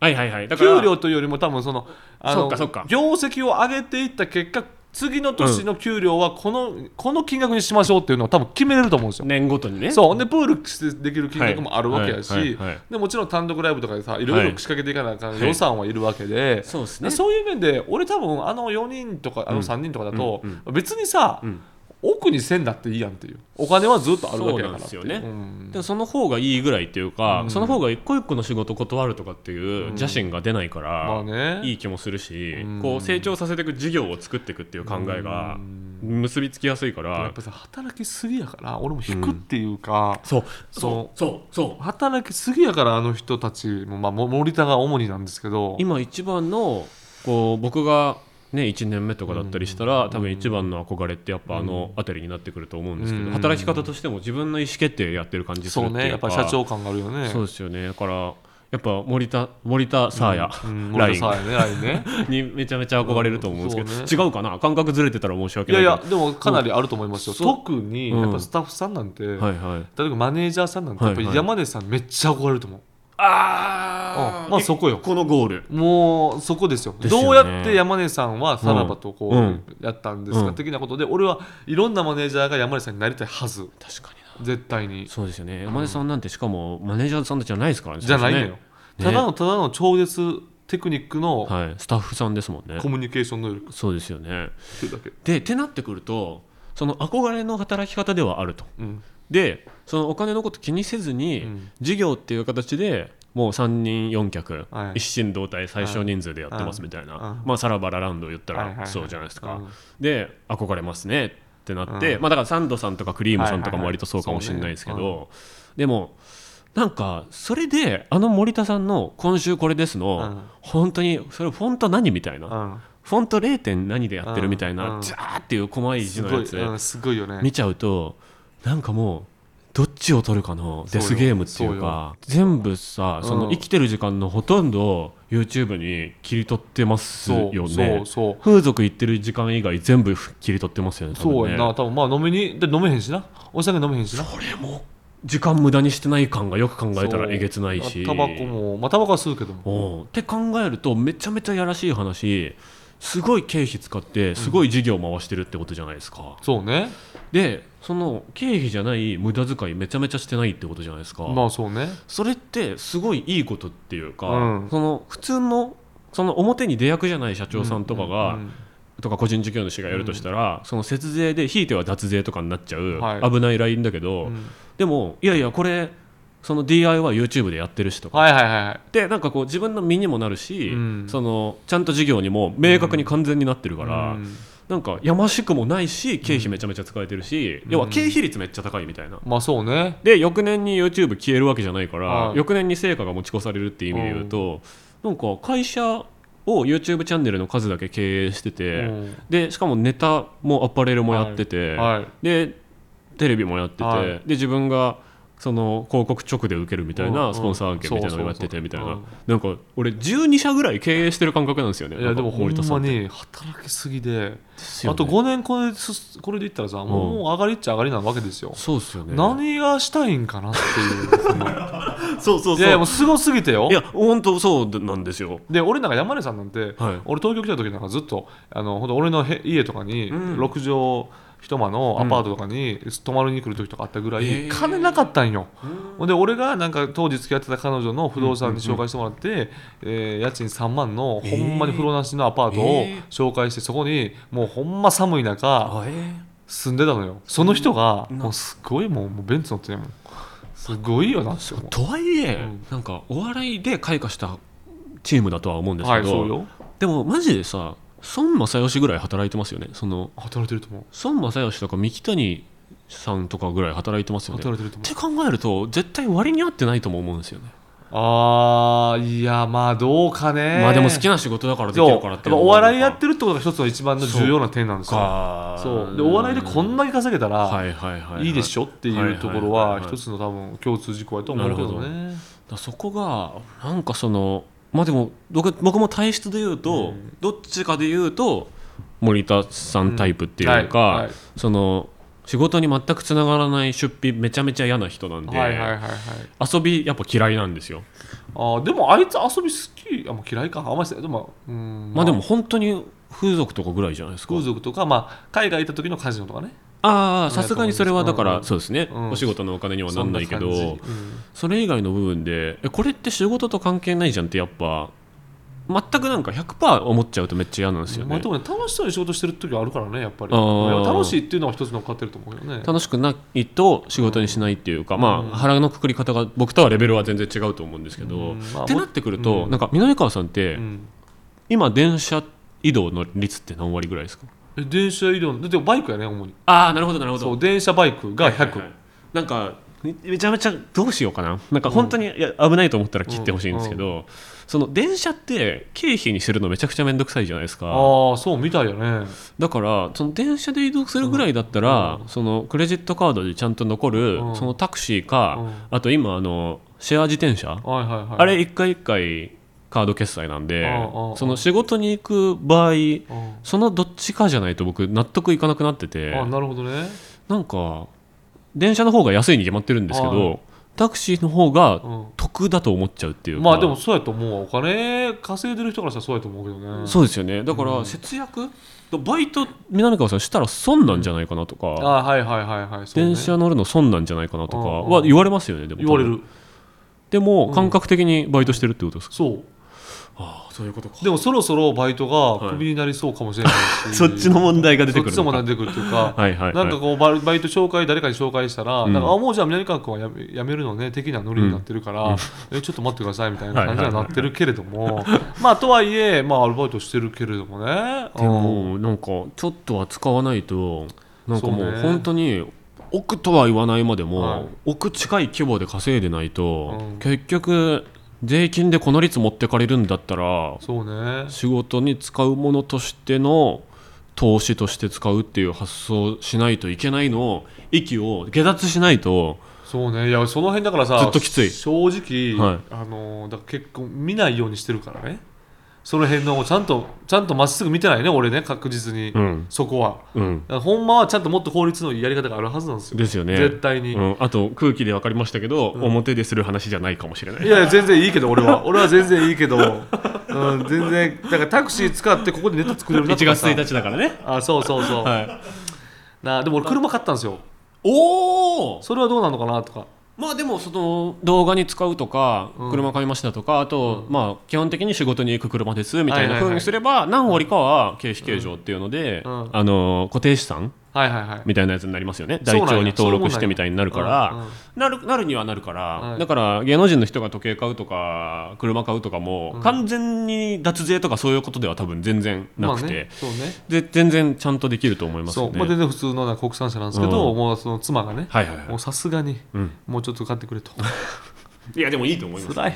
[SPEAKER 1] はいはいはいだから
[SPEAKER 2] 給料というよりも多分そのあの
[SPEAKER 1] そっかそっか
[SPEAKER 2] 業績を上げていった結果次の年の給料はこの,、この金額にしましょうっていうのは多分決めれると思うんですよ。
[SPEAKER 1] 年ごとにね
[SPEAKER 2] そうでプールしてできる金額もあるわけやし、
[SPEAKER 1] はいはいはいはい
[SPEAKER 2] でもちろん単独ライブとかでさいろいろ仕掛けていかなあかん、
[SPEAKER 1] はい
[SPEAKER 2] 予算はいるわけで、
[SPEAKER 1] そうですね
[SPEAKER 2] そういう面で俺多分あの4人とかあの3人とかだと、
[SPEAKER 1] うん
[SPEAKER 2] 別にさ、
[SPEAKER 1] うん
[SPEAKER 2] 奥にせんだっていいやんっていうお金はずっとあるわけやからってい
[SPEAKER 1] そうなんですよね
[SPEAKER 2] ん
[SPEAKER 1] でもその方がいいぐらいっていうか、
[SPEAKER 2] うん
[SPEAKER 1] その方が一個一個の仕事断るとかっていう邪心が出ないか
[SPEAKER 2] ま
[SPEAKER 1] ら、
[SPEAKER 2] あね
[SPEAKER 1] いい気もするし、
[SPEAKER 2] うん
[SPEAKER 1] こう成長させていく事業を作っていくっていう考えが結びつきやすいか
[SPEAKER 2] やっ
[SPEAKER 1] ら、
[SPEAKER 2] ぱさ働きすぎやから俺も引くっていうか、
[SPEAKER 1] そう
[SPEAKER 2] そ
[SPEAKER 1] そうそうそう
[SPEAKER 2] 働きすぎやからあの人たちも、まあ、も森田が主になんですけど
[SPEAKER 1] 今一番のこう僕が、ね、1年目とかだったりしたら、多分一番の憧れってやっぱあの辺りになってくると思うんですけど、
[SPEAKER 2] うん
[SPEAKER 1] 働き方としても自分の意思決定でやってる感じする
[SPEAKER 2] そ
[SPEAKER 1] っ
[SPEAKER 2] う
[SPEAKER 1] ていうか
[SPEAKER 2] ねやっぱり社長感があるよね
[SPEAKER 1] そうですよねだからやっぱ森田森田サーヤ、
[SPEAKER 2] うん、
[SPEAKER 1] ライ
[SPEAKER 2] 森
[SPEAKER 1] ン
[SPEAKER 2] 田さんやねライン ね
[SPEAKER 1] にめちゃめちゃ憧れると思うんですけど、
[SPEAKER 2] うんそ
[SPEAKER 1] 違うかな感覚ずれてたら申し訳
[SPEAKER 2] い
[SPEAKER 1] な
[SPEAKER 2] や
[SPEAKER 1] い
[SPEAKER 2] い
[SPEAKER 1] けど
[SPEAKER 2] やでもかなりあると思いますよ
[SPEAKER 1] そう
[SPEAKER 2] 特に
[SPEAKER 1] うん
[SPEAKER 2] やっぱスタッフさんなんて、
[SPEAKER 1] はいはい
[SPEAKER 2] 例えばマネージャーさんなんてやっぱり
[SPEAKER 1] はいはい
[SPEAKER 2] 山根さんめっちゃ憧れると思う、
[SPEAKER 1] あ
[SPEAKER 2] うんまあそこよ
[SPEAKER 1] このゴール
[SPEAKER 2] もうそこですよ
[SPEAKER 1] ですよね
[SPEAKER 2] どうやって山根さんはさらばとこう、
[SPEAKER 1] うん
[SPEAKER 2] やったんですか、
[SPEAKER 1] うん
[SPEAKER 2] 的なことで俺はいろんなマネージャーが山根さんになりたいはず
[SPEAKER 1] 確かにな
[SPEAKER 2] 絶対に
[SPEAKER 1] そうですよね山根さんなんてしかもマネージャーさんたちじゃないですからね
[SPEAKER 2] じゃないの
[SPEAKER 1] ね
[SPEAKER 2] よ、ただのただの超絶テクニックの
[SPEAKER 1] はい、スタッフさんですもんね
[SPEAKER 2] コミュニケーション能力っ
[SPEAKER 1] そうですよね
[SPEAKER 2] ていうだけ、
[SPEAKER 1] でってなってくるとその憧れの働き方ではあると
[SPEAKER 2] うん
[SPEAKER 1] でそのお金のこと気にせずに、
[SPEAKER 2] うん
[SPEAKER 1] 事業っていう形でもう3人4脚、
[SPEAKER 2] はい
[SPEAKER 1] 一心同体最小人数でやってますみたいな、
[SPEAKER 2] うん
[SPEAKER 1] まあ、さらばラランド言った
[SPEAKER 2] はいはいは
[SPEAKER 1] ら
[SPEAKER 2] い
[SPEAKER 1] そうじゃないですか、
[SPEAKER 2] うん
[SPEAKER 1] で憧れますねってなって、
[SPEAKER 2] うん
[SPEAKER 1] まあ、だからサンドさんとかクリームさんとかも
[SPEAKER 2] はいはいはい
[SPEAKER 1] 割とそうかもしれないですけど、
[SPEAKER 2] そう
[SPEAKER 1] でもなんかそれであの森田さんの「今週これですの」
[SPEAKER 2] うん
[SPEAKER 1] 本当にそれフォント何みたいな、
[SPEAKER 2] うん
[SPEAKER 1] フォント 0. 点何でやってるみたいな、
[SPEAKER 2] うん
[SPEAKER 1] ジャーっていう細い字
[SPEAKER 2] す
[SPEAKER 1] の
[SPEAKER 2] ごい
[SPEAKER 1] やつ、
[SPEAKER 2] うんすごいよね
[SPEAKER 1] 見ちゃうとなんかもうどっちを取るかのデスゲームっていうか全部さ
[SPEAKER 2] うん
[SPEAKER 1] その生きてる時間のほとんどを YouTube に切り取ってます
[SPEAKER 2] そう
[SPEAKER 1] よ
[SPEAKER 2] そ
[SPEAKER 1] ね
[SPEAKER 2] うそう
[SPEAKER 1] 風俗行ってる時間以外全部切り取ってますよね多分
[SPEAKER 2] そう
[SPEAKER 1] ね
[SPEAKER 2] やんな多分まあ飲みにで飲めへんしなお酒飲めへんしな
[SPEAKER 1] これも時間無駄にしてない感がよく考えた
[SPEAKER 2] そ
[SPEAKER 1] ら
[SPEAKER 2] う
[SPEAKER 1] えげつないし
[SPEAKER 2] タバコもまあタバコは吸うけども
[SPEAKER 1] おうって考えるとめちゃめちゃやらしい話すごい経費使ってすごい事業回してるってことじゃないですか、
[SPEAKER 2] そうね
[SPEAKER 1] でその経費じゃない無駄遣いめちゃめちゃしてないってことじゃないですか、
[SPEAKER 2] まあそうね
[SPEAKER 1] それってすごいいいことっていうか、
[SPEAKER 2] うん
[SPEAKER 1] その普通のその表に出役じゃない社長さんとかが、
[SPEAKER 2] うん
[SPEAKER 1] とか個人事業主がやるとしたら、その節税でひいては脱税とかになっちゃう、
[SPEAKER 2] はい
[SPEAKER 1] 危ないラインだけど、
[SPEAKER 2] うん
[SPEAKER 1] でもいやいやこれその DIYYouTube でやってるしとか、
[SPEAKER 2] はいはいはいはい
[SPEAKER 1] でなんかこう自分の身にもなるし、
[SPEAKER 2] うん
[SPEAKER 1] そのちゃんと事業にも明確に完全になってるから、
[SPEAKER 2] うん
[SPEAKER 1] なんかやましくもないし経費めちゃめちゃ使えてるし、
[SPEAKER 2] うん
[SPEAKER 1] 要は経費率めっちゃ高いみたいな。
[SPEAKER 2] まあそうね
[SPEAKER 1] で翌年に YouTube 消えるわけじゃないから、
[SPEAKER 2] はい
[SPEAKER 1] 翌年に成果が持ち越されるっていう意味で言うと、なんか会社を YouTube チャンネルの数だけ経営してて、
[SPEAKER 2] うん
[SPEAKER 1] でしかもネタもアパレルもやってて、
[SPEAKER 2] はい
[SPEAKER 1] でテレビもやってて、
[SPEAKER 2] はい
[SPEAKER 1] で自分がその広告直で受けるみたい
[SPEAKER 2] うん
[SPEAKER 1] な
[SPEAKER 2] うん
[SPEAKER 1] スポンサー案件みたいなのをやって
[SPEAKER 2] そうそうそ
[SPEAKER 1] て
[SPEAKER 2] う
[SPEAKER 1] みたいな
[SPEAKER 2] うん
[SPEAKER 1] なんか俺12社ぐらい経営してる感覚なんですよね
[SPEAKER 2] いやでもほんま
[SPEAKER 1] に
[SPEAKER 2] に働きすぎであと5年これですこれでいったらさもう
[SPEAKER 1] うん
[SPEAKER 2] もう上がりっちゃ上がりなわけですよ
[SPEAKER 1] そうですよね
[SPEAKER 2] 何がしたいんかなっていうその
[SPEAKER 1] そうそうそう
[SPEAKER 2] いやいやもうすごすぎてよ
[SPEAKER 1] いや本当そうなんですよ
[SPEAKER 2] で俺なんか山根さんなんて、
[SPEAKER 1] はい
[SPEAKER 2] 俺東京来た時なんかずっとあのほんと俺のへ家とかに
[SPEAKER 1] うん
[SPEAKER 2] 6畳一間のアパートとかに泊まりに来る時とかあったぐらい、
[SPEAKER 1] へー
[SPEAKER 2] 金なかったんよほんで俺がなんか当時付き合ってた彼女の不動産に紹介してもらって、えー家賃3万のほんまに風呂なしのアパートを
[SPEAKER 1] へー
[SPEAKER 2] 紹介してそこにもうほんま寒い中
[SPEAKER 1] あえ
[SPEAKER 2] 住んでたのよその人が
[SPEAKER 1] うん
[SPEAKER 2] もうすごいもうもうベンツ乗ってんもんすごいよなって思
[SPEAKER 1] とはいえ、
[SPEAKER 2] うん
[SPEAKER 1] なんかお笑いで開花したチームだとは思うんで
[SPEAKER 2] う
[SPEAKER 1] すけ
[SPEAKER 2] はい
[SPEAKER 1] ど、
[SPEAKER 2] そうよ
[SPEAKER 1] でもマジでさ孫正義ぐらい働いてますよねその
[SPEAKER 2] 働いてると思う
[SPEAKER 1] 孫正義とか三木谷さんとかぐらい働いてますよね
[SPEAKER 2] 働いてると
[SPEAKER 1] っ
[SPEAKER 2] 思う
[SPEAKER 1] て考えると絶対割に合ってないとも思うんですよね、
[SPEAKER 2] あーいやまあどうかね
[SPEAKER 1] まあでも好きな仕事だからで
[SPEAKER 2] そう
[SPEAKER 1] き
[SPEAKER 2] や
[SPEAKER 1] る
[SPEAKER 2] っ
[SPEAKER 1] からっ
[SPEAKER 2] ぱ
[SPEAKER 1] ていうの
[SPEAKER 2] お
[SPEAKER 1] もある
[SPEAKER 2] 笑いやってるってことが一つの一番の重要な点なんですよ
[SPEAKER 1] か
[SPEAKER 2] そうでお笑いでこんだけ稼げたら
[SPEAKER 1] はいはいはい、はい、
[SPEAKER 2] いいでしょっていうところ
[SPEAKER 1] はいはいはい
[SPEAKER 2] は
[SPEAKER 1] はい
[SPEAKER 2] 一つの多分共通事項やと思うけどね
[SPEAKER 1] だそこがなんかそのまあでも僕僕も体質で言うと、
[SPEAKER 2] うん
[SPEAKER 1] どっちかで言うと森田さんタイプっていうか、
[SPEAKER 2] はいはい
[SPEAKER 1] その仕事に全くつながらない出費めちゃめちゃ嫌な人なんで、
[SPEAKER 2] はいはいはいはい
[SPEAKER 1] 遊びやっぱ嫌いなんですよ、
[SPEAKER 2] あーでもあいつ遊び好きあもう嫌いかあんまりでもうん
[SPEAKER 1] まあでも本当に風俗とかぐらいじゃないですか
[SPEAKER 2] 風俗とかまあ海外行った時のカジノとかね
[SPEAKER 1] ああさすがにそれはだから、
[SPEAKER 2] うん
[SPEAKER 1] そうですね、
[SPEAKER 2] うん
[SPEAKER 1] お仕事のお金にはな
[SPEAKER 2] そ
[SPEAKER 1] ん
[SPEAKER 2] ん
[SPEAKER 1] な
[SPEAKER 2] ない
[SPEAKER 1] け
[SPEAKER 2] 感じ
[SPEAKER 1] ど
[SPEAKER 2] うん
[SPEAKER 1] それ以外の部分でえこれって仕事と関係ないじゃんってやっぱ全くなんか100%思っちゃうとめっちゃ嫌なんですよ
[SPEAKER 2] まあ
[SPEAKER 1] ね
[SPEAKER 2] でもね楽しそうに仕事してる時はあるからねやっぱり
[SPEAKER 1] あー
[SPEAKER 2] 楽しいっていうのは一つ乗っかってると思うよね
[SPEAKER 1] 楽しくないと仕事にしないっていうか、ま
[SPEAKER 2] うん
[SPEAKER 1] あ腹のくくり方が僕とはレベルは全然違うと思うんですけど、
[SPEAKER 2] うんまあ
[SPEAKER 1] ってなってくると、
[SPEAKER 2] うん
[SPEAKER 1] なんか南川さんって、
[SPEAKER 2] うん
[SPEAKER 1] 今電車移動の率って何割ぐらいですか
[SPEAKER 2] え電車移動だってバイクやね主に
[SPEAKER 1] ああなるほどなるほ
[SPEAKER 2] そう電車バイクが100、
[SPEAKER 1] なんかめめちゃめちゃどうしようかななんか本当に、いや危ないと思ったら切ってほしいんですけど、その電車って経費にするのめちゃくちゃ面倒くさいじゃないですか
[SPEAKER 2] ああそうみたいよね
[SPEAKER 1] だからその電車で移動するぐらいだったら、そのクレジットカードでちゃんと残る、
[SPEAKER 2] うん
[SPEAKER 1] そのタクシーか、
[SPEAKER 2] うん
[SPEAKER 1] あと今あのシェア自転車、
[SPEAKER 2] はいはいはい
[SPEAKER 1] あれ一回一回カード決済なんで
[SPEAKER 2] うんうん
[SPEAKER 1] その仕事に行く場合
[SPEAKER 2] うん
[SPEAKER 1] そのどっちかじゃないと僕納得いかなくなってて
[SPEAKER 2] あなるほどね
[SPEAKER 1] なんか電車の方が安いに決まってるんですけ
[SPEAKER 2] は
[SPEAKER 1] どタクシーの方が
[SPEAKER 2] う
[SPEAKER 1] 得だと思っちゃうっていうんか
[SPEAKER 2] まあでもそうやと思うわお金稼いでる人からしたらそうやと思うけどね
[SPEAKER 1] そうですよねだから節約バイト南川さんしたら損なんじゃないかなと
[SPEAKER 2] あ
[SPEAKER 1] か
[SPEAKER 2] あはいはいはいはいそうね
[SPEAKER 1] 電車乗るの損なんじゃないかなとか
[SPEAKER 2] うんうん
[SPEAKER 1] は言われますよねでも
[SPEAKER 2] 言われる
[SPEAKER 1] でも感覚的にバイトしてるってことですか
[SPEAKER 2] そう
[SPEAKER 1] ああそういうことか
[SPEAKER 2] でもそろそろバイトが
[SPEAKER 1] はい
[SPEAKER 2] クビになりそうかもしれない し
[SPEAKER 1] そっちの問題が出てくる
[SPEAKER 2] そっちの
[SPEAKER 1] のか
[SPEAKER 2] 問題が出てくるとい うか
[SPEAKER 1] はいはいはい
[SPEAKER 2] なんかこうバイバイト紹介誰かに紹介したら、
[SPEAKER 1] うん
[SPEAKER 2] なんかあもうじゃあ南川君はやめやめるのね的なノリになってるから、 えちょっと待ってくださいみたいな感じにはなってるけれども、 まあとはいえ、まあ、アルバイトしてるけれどもね
[SPEAKER 1] でもなんかちょっとは使わないとなんかも
[SPEAKER 2] そう
[SPEAKER 1] う
[SPEAKER 2] ね
[SPEAKER 1] 本当に億とは言わないまで
[SPEAKER 2] はい
[SPEAKER 1] も億近い規模で稼いでないと
[SPEAKER 2] うん
[SPEAKER 1] 結局税金でこの率持ってかれるんだったら
[SPEAKER 2] そうね
[SPEAKER 1] 仕事に使うものとしての投資として使うっていう発想をしないといけないのを息を下脱しないと
[SPEAKER 2] そうねいやその辺だからさ
[SPEAKER 1] ずっときつい
[SPEAKER 2] 正直、
[SPEAKER 1] はい
[SPEAKER 2] あのだから結構見ないようにしてるからねその辺のちゃんとちゃんとまっすぐ見てないね俺ね確実に、
[SPEAKER 1] うん
[SPEAKER 2] そこは
[SPEAKER 1] うん
[SPEAKER 2] だからほんまはちゃんともっと効率のいいやり方があるはずなんですよ
[SPEAKER 1] ですよね
[SPEAKER 2] 絶対に、
[SPEAKER 1] うん、あと空気で分かりましたけど、表でする話じゃないかもしれない
[SPEAKER 2] いやいや全然いいけど俺は 俺は全然いいけど、うん、全然だからタクシー使ってここでネタ作れるな
[SPEAKER 1] 1
[SPEAKER 2] とか
[SPEAKER 1] 月
[SPEAKER 2] さ
[SPEAKER 1] 1日だからね
[SPEAKER 2] あそうそうそう、
[SPEAKER 1] はい
[SPEAKER 2] なあでも俺車買ったんですよ
[SPEAKER 1] おお
[SPEAKER 2] それはどうなのかなとか
[SPEAKER 1] まあでもその動画に使うとか
[SPEAKER 2] うん
[SPEAKER 1] 車買いましたとかあとまあ基本的に仕事に行く車ですみたいな
[SPEAKER 2] はいはいはい
[SPEAKER 1] 風にすれば何割かは経費計上っていうので
[SPEAKER 2] うんうん
[SPEAKER 1] あの固定資産
[SPEAKER 2] はいはいはい
[SPEAKER 1] みたいなやつになりますよね
[SPEAKER 2] そう
[SPEAKER 1] 台
[SPEAKER 2] なんや
[SPEAKER 1] 帳に登録し
[SPEAKER 2] そうなん
[SPEAKER 1] て
[SPEAKER 2] や
[SPEAKER 1] みたいになるか
[SPEAKER 2] うんう
[SPEAKER 1] ら
[SPEAKER 2] ん
[SPEAKER 1] なるなるにはなるか
[SPEAKER 2] は
[SPEAKER 1] ら
[SPEAKER 2] い
[SPEAKER 1] だから芸能人の人が時計買うとか車買うとかも完全に脱税とかそういうことでは多分全然なく
[SPEAKER 2] まあね
[SPEAKER 1] て、
[SPEAKER 2] そうね
[SPEAKER 1] で全然ちゃんとできると思います
[SPEAKER 2] そ
[SPEAKER 1] よ
[SPEAKER 2] う、まあ、
[SPEAKER 1] ね
[SPEAKER 2] 全。然普通のなんか国産車なんですけど、
[SPEAKER 1] うん
[SPEAKER 2] もうその妻がね、
[SPEAKER 1] はいはいは
[SPEAKER 2] もうさすがに、
[SPEAKER 1] うん
[SPEAKER 2] もうちょっと買ってくれと
[SPEAKER 1] い、いやでもいいと思います
[SPEAKER 2] 辛い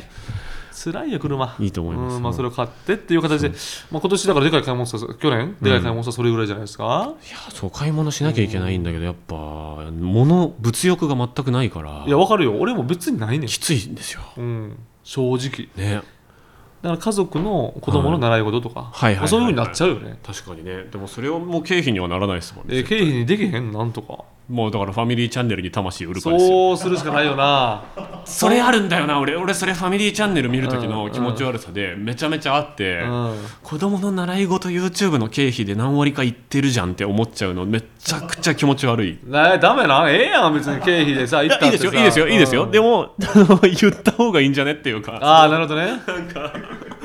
[SPEAKER 2] 辛いよ車
[SPEAKER 1] いいと思います
[SPEAKER 2] うんまあ、それを買ってっていう形で、まあ、今年だからでかい買い物した去年でかい買い物したそれぐらいじゃないですか、
[SPEAKER 1] いやそう買い物しなきゃいけないんだけどやっぱ物物欲が全くないから
[SPEAKER 2] いやわかるよ俺も別にないねん
[SPEAKER 1] きついんですよ
[SPEAKER 2] うん、正直
[SPEAKER 1] ね
[SPEAKER 2] だから家族の子供の習い事とか、
[SPEAKER 1] はいはいはいはい
[SPEAKER 2] まあそういうふうになっちゃうよね、
[SPEAKER 1] 確かにねでもそれはもう経費にはならないですもんね
[SPEAKER 2] えー経費にできへんなんとか
[SPEAKER 1] もうだからファミリーチャンネルに魂売るかですよ
[SPEAKER 2] そうするしかないよな
[SPEAKER 1] それあるんだよな俺俺それファミリーチャンネル見る時
[SPEAKER 2] うんう
[SPEAKER 1] の
[SPEAKER 2] ん
[SPEAKER 1] 気持ち悪さでめちゃめちゃあって、
[SPEAKER 2] うん
[SPEAKER 1] 子供の習い事 YouTube の経費で何割かいってるじゃんって思っちゃうのめちゃくちゃ気持ち悪い
[SPEAKER 2] ねダメなんええやん別に経費 でさ行っ
[SPEAKER 1] い
[SPEAKER 2] た
[SPEAKER 1] い
[SPEAKER 2] っ
[SPEAKER 1] で
[SPEAKER 2] てさ
[SPEAKER 1] すよいいですよいいですよ、
[SPEAKER 2] うん
[SPEAKER 1] でも あの言った方がいいんじゃねっていうか
[SPEAKER 2] ああなるほどね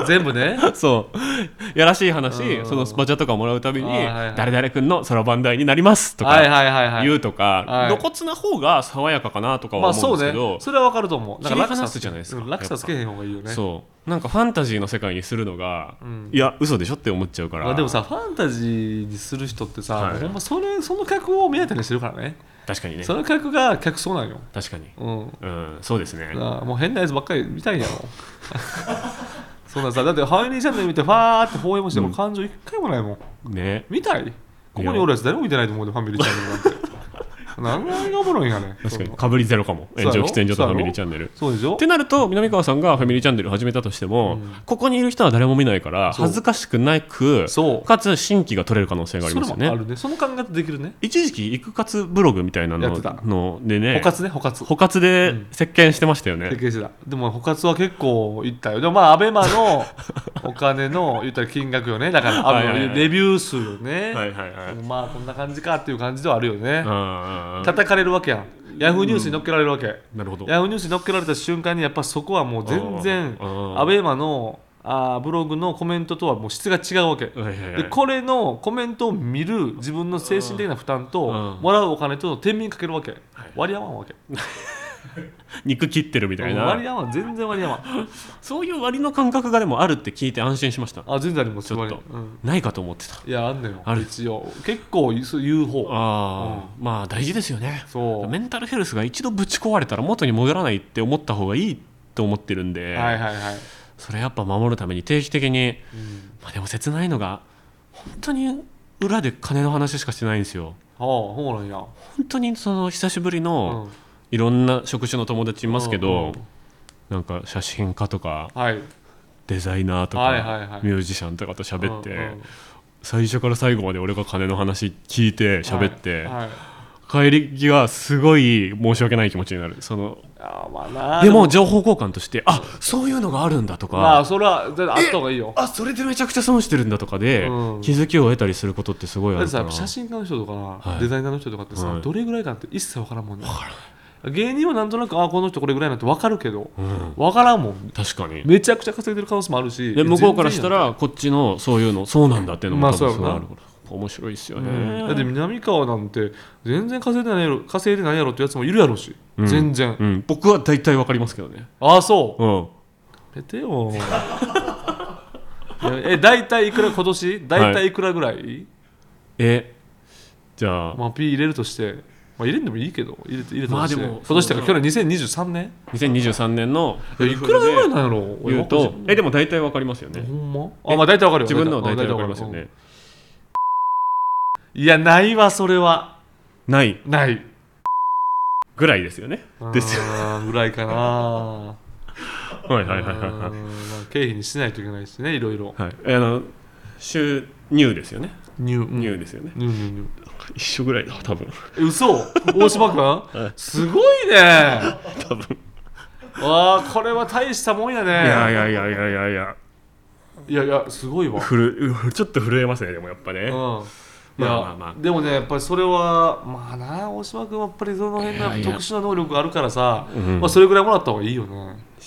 [SPEAKER 2] 全部ね
[SPEAKER 1] そうやらしい話、
[SPEAKER 2] うん
[SPEAKER 1] そのスパチャとかもらうたびに
[SPEAKER 2] あーはいはい
[SPEAKER 1] 誰々君のそろばん代になりますと
[SPEAKER 2] はい
[SPEAKER 1] か
[SPEAKER 2] はいはいはい
[SPEAKER 1] 言うとか、
[SPEAKER 2] はい
[SPEAKER 1] 露骨な方が爽やかかなとか
[SPEAKER 2] ま
[SPEAKER 1] は
[SPEAKER 2] あ
[SPEAKER 1] 思
[SPEAKER 2] そううん
[SPEAKER 1] ですけど、
[SPEAKER 2] ねそれはわかると思うだから
[SPEAKER 1] 切り離すじゃないですか
[SPEAKER 2] うん落差つけへん方がいいよね
[SPEAKER 1] そうなんかファンタジーの世界にするのが、
[SPEAKER 2] ん
[SPEAKER 1] いや嘘でしょって思っちゃうから、
[SPEAKER 2] まあ、でもさファンタジーにする人ってさ、
[SPEAKER 1] はい
[SPEAKER 2] もうほんまそれその客を目当てにしてるからね
[SPEAKER 1] 確かにね
[SPEAKER 2] その客が客そうなんよ、
[SPEAKER 1] 確かに
[SPEAKER 2] うん、
[SPEAKER 1] うんそうですね
[SPEAKER 2] なあもう変なやつばっかり見たいんや ろそんなさだってファミリーチャンネル見てファーって放映もしても感情一回もないもん
[SPEAKER 1] ね
[SPEAKER 2] 見たいここにおるやつ誰も見てないと思うでファミリーチャンネルなん て何がおもろいんやね
[SPEAKER 1] 確かにかぶりゼロかも
[SPEAKER 2] そう
[SPEAKER 1] 炎
[SPEAKER 2] やろ
[SPEAKER 1] 上喫煙所とファミリーチ
[SPEAKER 2] そ
[SPEAKER 1] ャンネルっ
[SPEAKER 2] そうでしょ
[SPEAKER 1] てなると南川さんがファミリーチャンネル始めたとしても、ここにいる人は誰も見ないから
[SPEAKER 2] そう
[SPEAKER 1] 恥ずかしくなく
[SPEAKER 2] そう
[SPEAKER 1] かつ新規が取れる可能性がありま
[SPEAKER 2] それ
[SPEAKER 1] すよ
[SPEAKER 2] も
[SPEAKER 1] ね
[SPEAKER 2] あるねその考え方できるね
[SPEAKER 1] 一時期育活ブログみたいな
[SPEAKER 2] やっ
[SPEAKER 1] の
[SPEAKER 2] てた
[SPEAKER 1] のでね
[SPEAKER 2] 補活ね補活
[SPEAKER 1] 補活で席巻してましたよね、
[SPEAKER 2] 設計してたでも補活は結構いったよでもまあアベマ のお金の言ったら金額よねだから
[SPEAKER 1] はい
[SPEAKER 2] ア
[SPEAKER 1] はいはい
[SPEAKER 2] ベマのレビュー数よね、
[SPEAKER 1] はいはいはい
[SPEAKER 2] まあこんな感じかっていう感じではあるよね
[SPEAKER 1] ああ
[SPEAKER 2] 叩かれるわけやんヤフーニュースに載っけられるわけ、
[SPEAKER 1] なるほど
[SPEAKER 2] ヤフーニュースに載っけられた瞬間にやっぱそこはもう全然
[SPEAKER 1] あーあー
[SPEAKER 2] アベマのあーブログのコメントとはもう質が違うわけ、
[SPEAKER 1] はいはいはい
[SPEAKER 2] でこれのコメントを見る自分の精神的な負担と
[SPEAKER 1] うん
[SPEAKER 2] もらうお金との天秤かけるわけ割り合わんわけ
[SPEAKER 1] 肉切ってるみたい
[SPEAKER 2] 割り
[SPEAKER 1] な
[SPEAKER 2] 合わん全然割り合わん
[SPEAKER 1] そういう割の感覚がでもあるって聞いて安心しました
[SPEAKER 2] あ全然あります
[SPEAKER 1] ちょっと
[SPEAKER 2] 割り合わんうん
[SPEAKER 1] ないかと思ってた
[SPEAKER 2] いやあんのよ
[SPEAKER 1] ある
[SPEAKER 2] 一応結構そう言う方
[SPEAKER 1] ああ、まあ大事ですよね
[SPEAKER 2] そう
[SPEAKER 1] メンタルヘルスが一度ぶち壊れたら元に戻らないって思った方がいいと思ってるんで、
[SPEAKER 2] はいはいはい
[SPEAKER 1] それやっぱ守るために定期的に、まあ、でも切ないのが本当に裏で金の話しかしてないんですよ
[SPEAKER 2] ああそうなんや
[SPEAKER 1] 本当にその久しぶり
[SPEAKER 2] う
[SPEAKER 1] の
[SPEAKER 2] ん
[SPEAKER 1] いろんな職種の友達いますけど、
[SPEAKER 2] うんうん
[SPEAKER 1] なんか写真家とか
[SPEAKER 2] はい
[SPEAKER 1] デザイナーとか、
[SPEAKER 2] はいはいはい
[SPEAKER 1] ミュージシャンとかと喋って、
[SPEAKER 2] うんうん
[SPEAKER 1] 最初から最後まで俺が金の話聞いて喋って、
[SPEAKER 2] はいはい
[SPEAKER 1] 帰り際すごい申し訳ない気持ちになるその
[SPEAKER 2] あーまあな
[SPEAKER 1] でも情報交換としてあそういうのがあるんだとか、
[SPEAKER 2] まあそれはだってあった方がいいよ
[SPEAKER 1] あそれでめちゃくちゃ損してるんだとかで、
[SPEAKER 2] うん
[SPEAKER 1] 気づきを得たりすることってすごいあ
[SPEAKER 2] だって
[SPEAKER 1] る
[SPEAKER 2] さ
[SPEAKER 1] か
[SPEAKER 2] やっ
[SPEAKER 1] ら
[SPEAKER 2] ぱ写真家の人とか、
[SPEAKER 1] い
[SPEAKER 2] デザイナーの人とかってさ、
[SPEAKER 1] はい
[SPEAKER 2] どれぐらいかって一切わからんもんね芸人はなんとなくあこの人これぐらいなんてわかるけど、わからんもん
[SPEAKER 1] 確かに
[SPEAKER 2] めちゃくちゃ稼いでる可能性もあるし
[SPEAKER 1] で向こうからした
[SPEAKER 2] 全
[SPEAKER 1] らこっちのそういうのそうなんだっていうのも
[SPEAKER 2] まあ
[SPEAKER 1] 多分す
[SPEAKER 2] そう
[SPEAKER 1] ごい
[SPEAKER 2] や
[SPEAKER 1] あ
[SPEAKER 2] ろ
[SPEAKER 1] る
[SPEAKER 2] な
[SPEAKER 1] から面白いですよ
[SPEAKER 2] 然やん
[SPEAKER 1] ね、
[SPEAKER 2] だって南川なんて全然稼いでないやろ稼いでないやろってやつもいるやろし、
[SPEAKER 1] うん
[SPEAKER 2] 全然
[SPEAKER 1] うん、僕は大体わかりますけどね
[SPEAKER 2] ああそう
[SPEAKER 1] うん
[SPEAKER 2] ペテ よいやえ大体いくら今年大体いくらぐらい、
[SPEAKER 1] えじゃあ
[SPEAKER 2] まあ P 入れるとしてまあ入れんでもいいけど入れて入れた
[SPEAKER 1] まあ
[SPEAKER 2] として、
[SPEAKER 1] でも
[SPEAKER 2] 今年とか去年2023年
[SPEAKER 1] 2023年の
[SPEAKER 2] いやいくらぐらいなんやろ俺
[SPEAKER 1] 言うとえでも大体わかりますよね
[SPEAKER 2] ほんまあ、まあ大体わかるよ。
[SPEAKER 1] 自分のは大体わかりますよね
[SPEAKER 2] うん。いや、ないわ、それは。
[SPEAKER 1] ない
[SPEAKER 2] ない。
[SPEAKER 1] ぐらいですよねですよ
[SPEAKER 2] よ。ぐらい かな。は
[SPEAKER 1] はいはいはいはいはい
[SPEAKER 2] 経費にしないといけないしね、いろいろ。
[SPEAKER 1] はい、えあの収入ですよね
[SPEAKER 2] 入、うん
[SPEAKER 1] 入ですよね、
[SPEAKER 2] 入入入
[SPEAKER 1] 一緒ぐらいだ多分
[SPEAKER 2] え嘘大島 君すごいね
[SPEAKER 1] 多分
[SPEAKER 2] わあこれは大したもんやね
[SPEAKER 1] いやいやいやいやいやいや
[SPEAKER 2] いやいやすごいわ
[SPEAKER 1] ふる うちょっと震えますねでもやっぱね、
[SPEAKER 2] うんい
[SPEAKER 1] まあまあま
[SPEAKER 2] や
[SPEAKER 1] あ
[SPEAKER 2] でもねやっぱりそれはまあな大島君はやっぱりその辺のやっぱ
[SPEAKER 1] いやいや
[SPEAKER 2] 特殊な能力があるからさ
[SPEAKER 1] ん
[SPEAKER 2] まあそれぐらいもらった方がいいよね実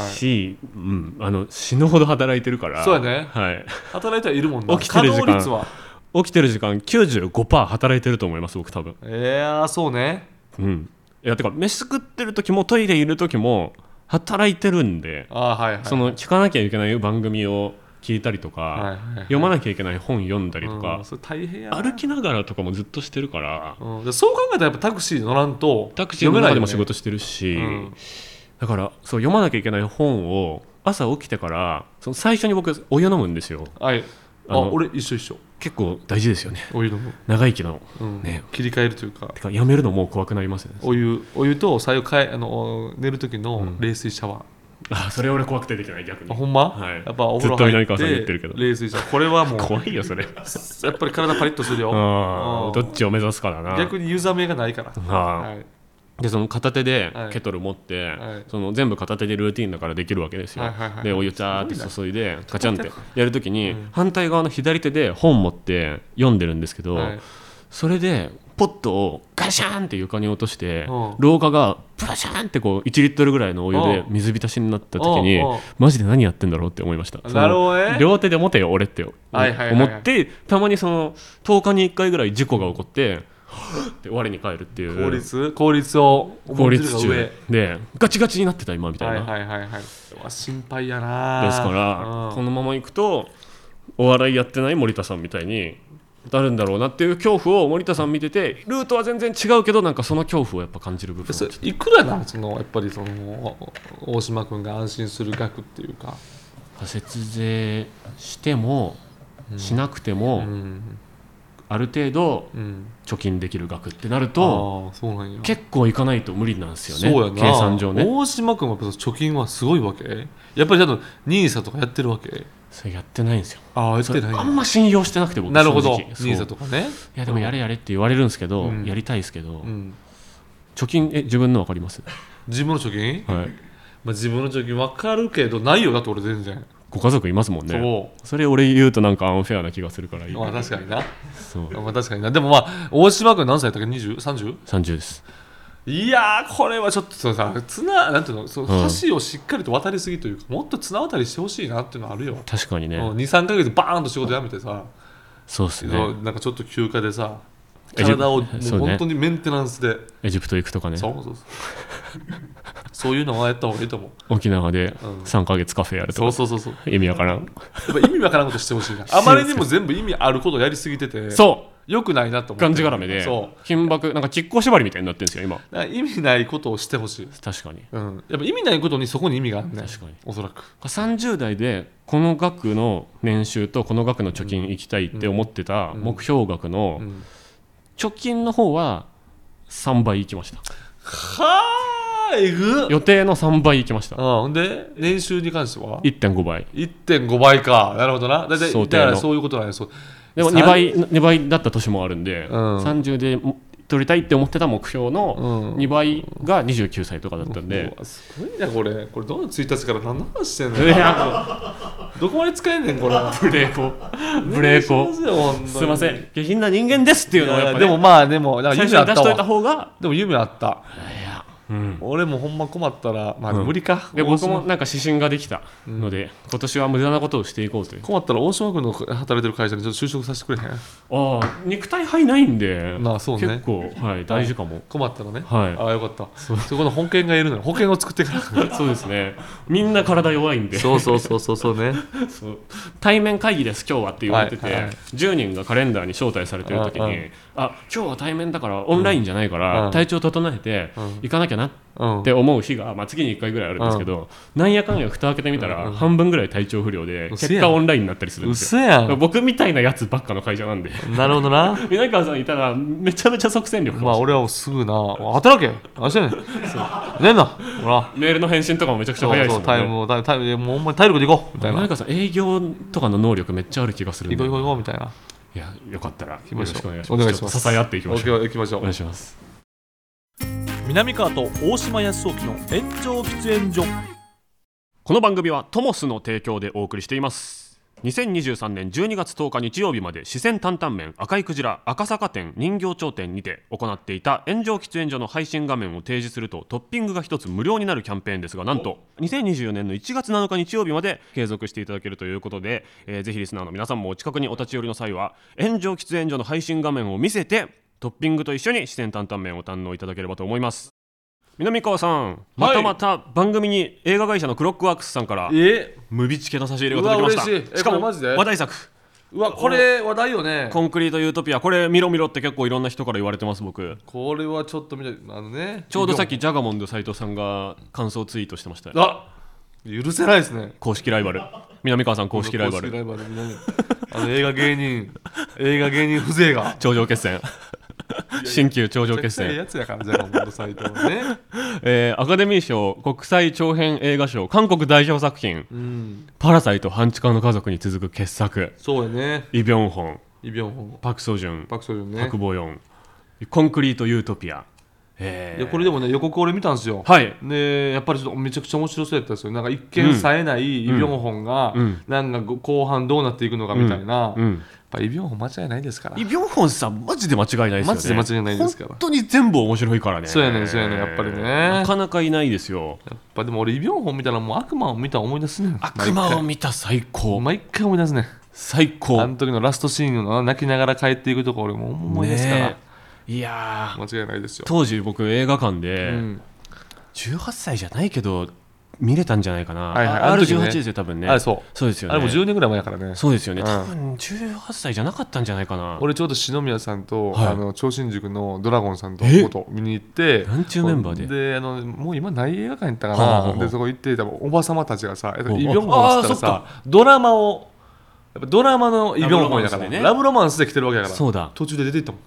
[SPEAKER 2] 際
[SPEAKER 1] し、うん、あの死ぬほど働いてるから
[SPEAKER 2] そうやね
[SPEAKER 1] はい、
[SPEAKER 2] 働いてはいるもんな
[SPEAKER 1] 起きてる時間
[SPEAKER 2] 稼働率は
[SPEAKER 1] 起きてる時間95%働いてると思います僕多分
[SPEAKER 2] えー、そうね
[SPEAKER 1] うんいやてか飯作ってる時もトイレいる時も働いてるんで
[SPEAKER 2] あーはいはい
[SPEAKER 1] その聞かなきゃいけない番組を聞いたりとか、
[SPEAKER 2] はいはいはい
[SPEAKER 1] 読まなきゃいけない本読んだりと
[SPEAKER 2] うん
[SPEAKER 1] か、
[SPEAKER 2] それ大変やな
[SPEAKER 1] 歩きながらとかもずっとしてるから、
[SPEAKER 2] うん、でそう考えたらやっぱタクシー乗らんと
[SPEAKER 1] タクシーの中でも仕
[SPEAKER 2] 読めないよね
[SPEAKER 1] 事してるし、
[SPEAKER 2] うん
[SPEAKER 1] だからそう読まなきゃいけない本を朝起きてからその最初に僕お湯飲むんですよ
[SPEAKER 2] はい
[SPEAKER 1] あ
[SPEAKER 2] あ
[SPEAKER 1] の
[SPEAKER 2] 俺一緒一緒
[SPEAKER 1] 結構大事ですよね
[SPEAKER 2] お湯飲む、
[SPEAKER 1] 長生きの
[SPEAKER 2] うん
[SPEAKER 1] ね
[SPEAKER 2] 切り替えるというか
[SPEAKER 1] てかやめるのもう怖くなりますよね
[SPEAKER 2] お湯お湯と左右かえあのお寝る時の冷水シャワー、
[SPEAKER 1] あそれ俺怖くてできない逆に
[SPEAKER 2] あほんま、
[SPEAKER 1] はい
[SPEAKER 2] やっぱお風
[SPEAKER 1] ずっ
[SPEAKER 2] 呂入
[SPEAKER 1] と
[SPEAKER 2] っ
[SPEAKER 1] 南川
[SPEAKER 2] て
[SPEAKER 1] さんに言ってるけど
[SPEAKER 2] 冷水さんこれ はもう
[SPEAKER 1] 怖いよそれ
[SPEAKER 2] やっぱり体パリッとするよ
[SPEAKER 1] あ
[SPEAKER 2] うん
[SPEAKER 1] ーどっちを目指すかだな
[SPEAKER 2] 逆にユーザー名がないから
[SPEAKER 1] あー
[SPEAKER 2] はい
[SPEAKER 1] でその片手で
[SPEAKER 2] はい
[SPEAKER 1] ケトル持って、
[SPEAKER 2] はい
[SPEAKER 1] その全部片手でルーティンだからできるわけですよ、
[SPEAKER 2] はいはいはい
[SPEAKER 1] でお湯ちゃーって注いでガチャンって
[SPEAKER 2] ち
[SPEAKER 1] やるときに、反対側の左手で本持って読んでるんですけど、
[SPEAKER 2] はい
[SPEAKER 1] それでポットをガシャーンって床に落として、
[SPEAKER 2] うん
[SPEAKER 1] 廊下がブラシャーンってこう1リットルぐらいのお湯で
[SPEAKER 2] うん
[SPEAKER 1] 水浸しになった時に
[SPEAKER 2] うんうん
[SPEAKER 1] マジで何やってんだろうって思いました
[SPEAKER 2] あなるほどね
[SPEAKER 1] その両手で持てよ俺って
[SPEAKER 2] はいはいはいは
[SPEAKER 1] 思
[SPEAKER 2] い
[SPEAKER 1] ってたまにその10日に1回ぐらい事故が起こって はぁって我に返るっていう
[SPEAKER 2] 効率効率を
[SPEAKER 1] 効
[SPEAKER 2] 重んじる
[SPEAKER 1] 率
[SPEAKER 2] が
[SPEAKER 1] 中
[SPEAKER 2] 上
[SPEAKER 1] でガチガチになってた今みたいな、
[SPEAKER 2] はいはいはいはいこれは心配やな
[SPEAKER 1] ですからこ
[SPEAKER 2] うん
[SPEAKER 1] のままいくとお笑いやってない森田さんみたいになるんだろうなっていう恐怖を森田さん見ててルートは全然違うけどなんかその恐怖をやっぱ感じる部分
[SPEAKER 2] それいくらなそのやっぱりその大島君が安心する額っていうか、
[SPEAKER 1] 節税してもしなくて
[SPEAKER 2] う
[SPEAKER 1] も、
[SPEAKER 2] ん
[SPEAKER 1] ある程度
[SPEAKER 2] うん、
[SPEAKER 1] 貯金できる額ってなると
[SPEAKER 2] ああそうなんや
[SPEAKER 1] 結構いかないと無理なんですよ
[SPEAKER 2] そうや
[SPEAKER 1] ね
[SPEAKER 2] な
[SPEAKER 1] 計算上ね
[SPEAKER 2] 大島君はやっぱ貯金はすごいわけやっぱりちゃんと NISA とかやってるわけ
[SPEAKER 1] それやってないんですよ
[SPEAKER 2] ああやっ
[SPEAKER 1] そ
[SPEAKER 2] て
[SPEAKER 1] れ
[SPEAKER 2] ない
[SPEAKER 1] あんま信用してなくて僕
[SPEAKER 2] なるほど
[SPEAKER 1] 正直そう
[SPEAKER 2] NISA とかね
[SPEAKER 1] いやでもやれやれって言われるんですけど、
[SPEAKER 2] うん
[SPEAKER 1] やりたいですけど、
[SPEAKER 2] うん
[SPEAKER 1] 貯金え自分のわかります、
[SPEAKER 2] 自分の貯金、
[SPEAKER 1] はい、
[SPEAKER 2] まあ、自分の貯金わかるけどないよだって俺全然、
[SPEAKER 1] ご家族いますもんね
[SPEAKER 2] そ
[SPEAKER 1] それ俺言うとなんかアンフェアな気がするからいいう
[SPEAKER 2] まあ確かにな
[SPEAKER 1] そう
[SPEAKER 2] まあ確かになでもまあ大島君何歳だったっけ 20?30?
[SPEAKER 1] 30です
[SPEAKER 2] いやーこれはちょっとそのさ綱なんていうのその
[SPEAKER 1] うん
[SPEAKER 2] 橋をしっかりと渡りすぎというか、もっと綱渡りしてほしいなっていうのはあるよ、
[SPEAKER 1] 確かにね、
[SPEAKER 2] 23か月バーンと仕事辞めてさ、
[SPEAKER 1] そうっす
[SPEAKER 2] そう
[SPEAKER 1] ね
[SPEAKER 2] なんかちょっと休暇でさ
[SPEAKER 1] エジプ
[SPEAKER 2] 体をも
[SPEAKER 1] そううね
[SPEAKER 2] 本当にメンテナンスで
[SPEAKER 1] エジプト行くとかね
[SPEAKER 2] そうそうそうそういうのはやった方がいいと思う
[SPEAKER 1] 沖縄で
[SPEAKER 2] うん
[SPEAKER 1] 3ヶ月カフェやると
[SPEAKER 2] そ
[SPEAKER 1] か、
[SPEAKER 2] うそうそうそう
[SPEAKER 1] 意味わからん
[SPEAKER 2] やっぱ意味わからんことしてほしいなあまりにも全部意味あることやりすぎてて
[SPEAKER 1] そ
[SPEAKER 2] よくないなと
[SPEAKER 1] う
[SPEAKER 2] 思う
[SPEAKER 1] がんじがらめで
[SPEAKER 2] そう
[SPEAKER 1] 金箔なんか亀甲縛りみたいになってるんですよ今
[SPEAKER 2] だから意味ないことをしてほしい、
[SPEAKER 1] 確かに
[SPEAKER 2] うん、やっぱ意味ないことにそこに意味があるね
[SPEAKER 1] 確かに
[SPEAKER 2] おそらく
[SPEAKER 1] 30代でこの額の年収とこの額の貯金行きたいって思ってた
[SPEAKER 2] うん
[SPEAKER 1] 目標額の
[SPEAKER 2] うん
[SPEAKER 1] 貯金の方は3倍行きました
[SPEAKER 2] はーいえぐっ
[SPEAKER 1] 予定の3倍行きました
[SPEAKER 2] うんほんで年収に関しては
[SPEAKER 1] 1.5倍
[SPEAKER 2] 1.5倍かなるほどな大体
[SPEAKER 1] 想定
[SPEAKER 2] だか
[SPEAKER 1] の
[SPEAKER 2] らそういうことなんやそう
[SPEAKER 1] でも
[SPEAKER 2] さん
[SPEAKER 1] 2倍2倍だった年もあるんで、
[SPEAKER 2] うん
[SPEAKER 1] 30で取りたいって思ってた目標
[SPEAKER 2] う
[SPEAKER 1] の
[SPEAKER 2] ん
[SPEAKER 1] 2倍が29歳とかだったんで
[SPEAKER 2] う、わすごいなこれこれどの1日から何の話してんの
[SPEAKER 1] いや
[SPEAKER 2] どこまで使えんねんこれ
[SPEAKER 1] ブレーコブレーコす
[SPEAKER 2] す
[SPEAKER 1] いません下品な人間ですっていうのはやっぱ、ね、
[SPEAKER 2] でもまあでもだか
[SPEAKER 1] 最
[SPEAKER 2] ら
[SPEAKER 1] 初
[SPEAKER 2] 夢あ
[SPEAKER 1] に出
[SPEAKER 2] った
[SPEAKER 1] しといた
[SPEAKER 2] わ
[SPEAKER 1] 方が、
[SPEAKER 2] でも夢あった
[SPEAKER 1] うん、
[SPEAKER 2] 俺もほんま困ったらまあ
[SPEAKER 1] うん
[SPEAKER 2] 無理か
[SPEAKER 1] で
[SPEAKER 2] 大
[SPEAKER 1] 僕も
[SPEAKER 2] 島
[SPEAKER 1] なんか指針ができたので、今年は無駄なことをしていこうという
[SPEAKER 2] 困ったら大島君の働いてる会社にちょっと就職させてくれへん
[SPEAKER 1] ああ肉体範囲ないんで、
[SPEAKER 2] まあそうね
[SPEAKER 1] 結構、はい、大事かも
[SPEAKER 2] 困ったらね
[SPEAKER 1] はい
[SPEAKER 2] ああよかったそこの本犬がいるのよ本犬を作ってから
[SPEAKER 1] そうですねみんな体弱いんで
[SPEAKER 2] そうそうそうそうそうね
[SPEAKER 1] そう対面会議です今日はって言われてて、
[SPEAKER 2] はいはい
[SPEAKER 1] 10人がカレンダーに招待されてる時に、
[SPEAKER 2] うんうん
[SPEAKER 1] あ今日は対面だからオンラインじゃないから、
[SPEAKER 2] うん
[SPEAKER 1] 体調整えて
[SPEAKER 2] うん
[SPEAKER 1] 行かなきゃなっ
[SPEAKER 2] うん
[SPEAKER 1] て思う日が、まあ、月に1回ぐらいあるんですけど、なんやかんや蓋開けてみた
[SPEAKER 2] うんう
[SPEAKER 1] ら
[SPEAKER 2] ん
[SPEAKER 1] 半分ぐらい体調不良で
[SPEAKER 2] うっせや
[SPEAKER 1] 結
[SPEAKER 2] ん
[SPEAKER 1] 果オンラインになったりするんです
[SPEAKER 2] 嘘
[SPEAKER 1] よ
[SPEAKER 2] や
[SPEAKER 1] だから
[SPEAKER 2] ん
[SPEAKER 1] 僕みたいなやつばっかの会社なんで
[SPEAKER 2] なるほどな
[SPEAKER 1] 南川さんいたらめちゃめちゃ即戦力か
[SPEAKER 2] ま
[SPEAKER 1] も
[SPEAKER 2] あ
[SPEAKER 1] しれない
[SPEAKER 2] 俺はもうすぐな働け明日ねん寝んなほら
[SPEAKER 1] メールの返信とかもめちゃくちゃ早いです
[SPEAKER 2] そ
[SPEAKER 1] も
[SPEAKER 2] うんタイ
[SPEAKER 1] ね
[SPEAKER 2] ムをタイムタイムもうほんまに体力で行こうみたいな
[SPEAKER 1] 南川さん営業とかの能力めっちゃある気がするんで
[SPEAKER 2] 行こう行こう
[SPEAKER 1] い
[SPEAKER 2] 行こうみたいな
[SPEAKER 1] やよかったらよ
[SPEAKER 2] 行きま
[SPEAKER 1] ろ
[SPEAKER 2] しょ
[SPEAKER 1] しく
[SPEAKER 2] う
[SPEAKER 1] お願いしますちょっと支え合っていきましょう
[SPEAKER 2] OK 行きましょ
[SPEAKER 1] お願いします
[SPEAKER 2] 南川と大島康沖の炎上喫煙所
[SPEAKER 1] この番組はトモスの提供でお送りしています2023年12月10日日曜日まで四川担々麺赤いクジラ赤坂店人形町店にて行っていた炎上喫煙所の配信画面を提示するとトッピングが一つ無料になるキャンペーンですがなんと2024年の1月7日日曜日まで継続していただけるということで、えーぜひリスナーの皆さんもお近くにお立ち寄りの際は炎上喫煙所の配信画面を見せてトッピングと一緒に四川担々麺を堪能いただければと思います南川さん、またまた番組に映画会社のクロックワークスさんから
[SPEAKER 2] え
[SPEAKER 1] 無備チケの差し入れが届きました
[SPEAKER 2] うわ嬉しいえ
[SPEAKER 1] しかも
[SPEAKER 2] これマジで
[SPEAKER 1] 話題作
[SPEAKER 2] うわこれ話題よね
[SPEAKER 1] コンクリートユートピアこれ見ろ見ろって結構いろんな人から言われてます僕
[SPEAKER 2] これはちょっと見たいあのね
[SPEAKER 1] ちょうどさっきジャガモンド斉藤さんが感想ツイートしてましたよ
[SPEAKER 2] あ許せないですね
[SPEAKER 1] 公式ライバル南川さん公式ライバ
[SPEAKER 2] 公
[SPEAKER 1] ル
[SPEAKER 2] 式ライ バルねあの映画芸人映画芸人風情が
[SPEAKER 1] 頂上決戦新旧頂上
[SPEAKER 2] めちゃく
[SPEAKER 1] 決
[SPEAKER 2] ちゃええ
[SPEAKER 1] 戦、
[SPEAKER 2] やつやから、ゼロモンド斎藤は ね。
[SPEAKER 1] えーアカデミー賞国際長編映画賞韓国代表作品
[SPEAKER 2] うん。
[SPEAKER 1] 「パラサイト半地下の家族」に続く傑作
[SPEAKER 2] そうやね。
[SPEAKER 1] イ・ビョンホン
[SPEAKER 2] イ・ビョンホン、
[SPEAKER 1] パク・ソジュン
[SPEAKER 2] パク・ソジュンね
[SPEAKER 1] パク・。ボヨンコンクリート・ユートピア、え
[SPEAKER 2] い
[SPEAKER 1] ー
[SPEAKER 2] やこれでもね、予告俺見たんですよ。
[SPEAKER 1] はい
[SPEAKER 2] でやっぱりちょっとめちゃくちゃ面白そうやったんですよなんか一見冴えないイ・ビョンホンが、
[SPEAKER 1] うん
[SPEAKER 2] なんか後半どうなっていくのかみたいな、
[SPEAKER 1] う
[SPEAKER 2] やっ
[SPEAKER 1] ん
[SPEAKER 2] ぱイ・ビョンホン間違いないですから
[SPEAKER 1] イ・ビョンホンさんマジで間違いないですよね
[SPEAKER 2] マジで間違いないですから
[SPEAKER 1] 本当に全部面白いからね
[SPEAKER 2] そうやねんそうやねんやっぱりね
[SPEAKER 1] なかなかいないですよ
[SPEAKER 2] やっぱでも俺イ・ビョンホン見たらもう悪魔を見たら思い出すねん
[SPEAKER 1] 悪魔を見た最高
[SPEAKER 2] 毎回思い出すねん
[SPEAKER 1] 最高
[SPEAKER 2] あの時のラストシーンの泣きながら帰っていくとこ俺も思い出すから、
[SPEAKER 1] ねえいやー
[SPEAKER 2] 間違いないですよ、
[SPEAKER 1] 当時僕映画館で、
[SPEAKER 2] うん
[SPEAKER 1] 18歳じゃないけど見れたんじゃないかな、
[SPEAKER 2] はいはい
[SPEAKER 1] あ
[SPEAKER 2] あの時ね
[SPEAKER 1] R18 ですよ多分ね
[SPEAKER 2] あれそう
[SPEAKER 1] そうですよ
[SPEAKER 2] あ
[SPEAKER 1] ね
[SPEAKER 2] れもう10年ぐらい前やからね
[SPEAKER 1] そうですよね、
[SPEAKER 2] うん
[SPEAKER 1] 多分18歳じゃなかったんじゃないかな
[SPEAKER 2] 俺ちょうど篠宮さんと、
[SPEAKER 1] はい
[SPEAKER 2] あの超新塾のドラゴンさんと
[SPEAKER 1] え
[SPEAKER 2] こと見に行って
[SPEAKER 1] なんちゅうメンバーで
[SPEAKER 2] あのもう今ない映画館やったかな、
[SPEAKER 1] はあはあ
[SPEAKER 2] でそこ行って多分おばさまたちがさえっと
[SPEAKER 1] お
[SPEAKER 2] イ・ビョンホンっつったら
[SPEAKER 1] あ
[SPEAKER 2] さドラマをやっぱドラマのイ・ビョンホンやか
[SPEAKER 1] ラブロマンスで
[SPEAKER 2] ら
[SPEAKER 1] ね
[SPEAKER 2] ラブロマンスで来てるわけやから
[SPEAKER 1] そうだ
[SPEAKER 2] 途中で出ていったもん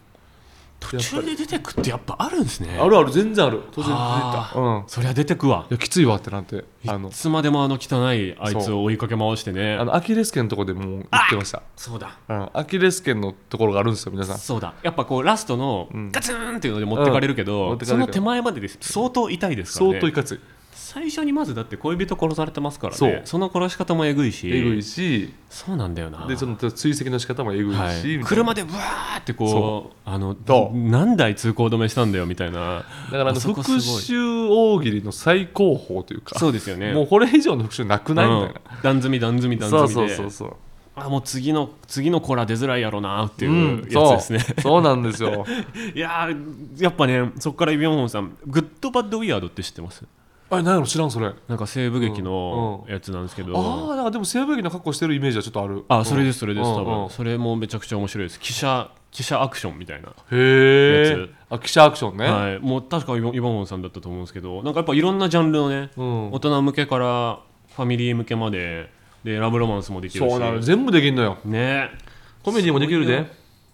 [SPEAKER 1] 途中で出てくってやっぱあるんですね
[SPEAKER 2] あるある全然ある途中で出てい
[SPEAKER 1] あ
[SPEAKER 2] った
[SPEAKER 1] ー
[SPEAKER 2] うん
[SPEAKER 1] そりゃ出てくわ
[SPEAKER 2] いやきついわってなんてあ
[SPEAKER 1] い
[SPEAKER 2] の
[SPEAKER 1] つまでもあの汚いあいつを追いかけ回してね
[SPEAKER 2] あのアキレス腱のとこでもう行ってました
[SPEAKER 1] そうだ
[SPEAKER 2] うんアキレス腱のところがあるんですよ皆さん
[SPEAKER 1] そうだやっぱこうラストの
[SPEAKER 2] ん
[SPEAKER 1] ガツンっていうので持ってかれるけ
[SPEAKER 2] うん
[SPEAKER 1] ど、
[SPEAKER 2] 持ってか
[SPEAKER 1] そ
[SPEAKER 2] れる
[SPEAKER 1] の
[SPEAKER 2] けど
[SPEAKER 1] 手前までです相当痛いですからね
[SPEAKER 2] 相当いかつい
[SPEAKER 1] 最初にまずだって恋人殺されてますからね
[SPEAKER 2] そう
[SPEAKER 1] その殺し方もえぐいし
[SPEAKER 2] えぐいし
[SPEAKER 1] そうなんだよな
[SPEAKER 2] でその追跡の仕方もえぐいし、
[SPEAKER 1] はい、
[SPEAKER 2] みたいな
[SPEAKER 1] 車でブワーってこ
[SPEAKER 2] そう
[SPEAKER 1] あの
[SPEAKER 2] どう
[SPEAKER 1] 何台通行止めしたんだよみたいな
[SPEAKER 2] だからあの
[SPEAKER 1] あそこ
[SPEAKER 2] 復
[SPEAKER 1] すごい
[SPEAKER 2] 讐大喜利の最高峰というか
[SPEAKER 1] そうですよね
[SPEAKER 2] もうこれ以上の復讐なくないみたい
[SPEAKER 1] うん段積み段積み
[SPEAKER 2] な、
[SPEAKER 1] 段
[SPEAKER 2] そう
[SPEAKER 1] 積み
[SPEAKER 2] そう
[SPEAKER 1] で
[SPEAKER 2] そうそう
[SPEAKER 1] あもう次の次の子ら出づらいやろなってい
[SPEAKER 2] ん
[SPEAKER 1] うやつですね、
[SPEAKER 2] そうそうなんで すよ
[SPEAKER 1] いやーやっぱねそこからイ・ビョンホンさん「グッド・バッド・ウィアード」って知ってます
[SPEAKER 2] あれ何やろ知らんそれあ
[SPEAKER 1] なんか西部劇の
[SPEAKER 2] うんうん
[SPEAKER 1] やつなんですけど、
[SPEAKER 2] あなんかでも西部劇の格好してるイメージはちょっとある
[SPEAKER 1] あそれですそれです
[SPEAKER 2] うん
[SPEAKER 1] 多分、
[SPEAKER 2] うん
[SPEAKER 1] それもめちゃくちゃ面白いです記者記者アクションみたいな、や
[SPEAKER 2] へえあ記者アクションね、
[SPEAKER 1] はい、もう確かイボイボンホンさんだったと思うんですけどなんかやっぱいろんなジャンルのね、
[SPEAKER 2] うん
[SPEAKER 1] 大人向けからファミリー向けまででラブロマンスもできるし
[SPEAKER 2] そうなの全部できんのよ
[SPEAKER 1] ね
[SPEAKER 2] コメディもできる
[SPEAKER 1] そう
[SPEAKER 2] で
[SPEAKER 1] よ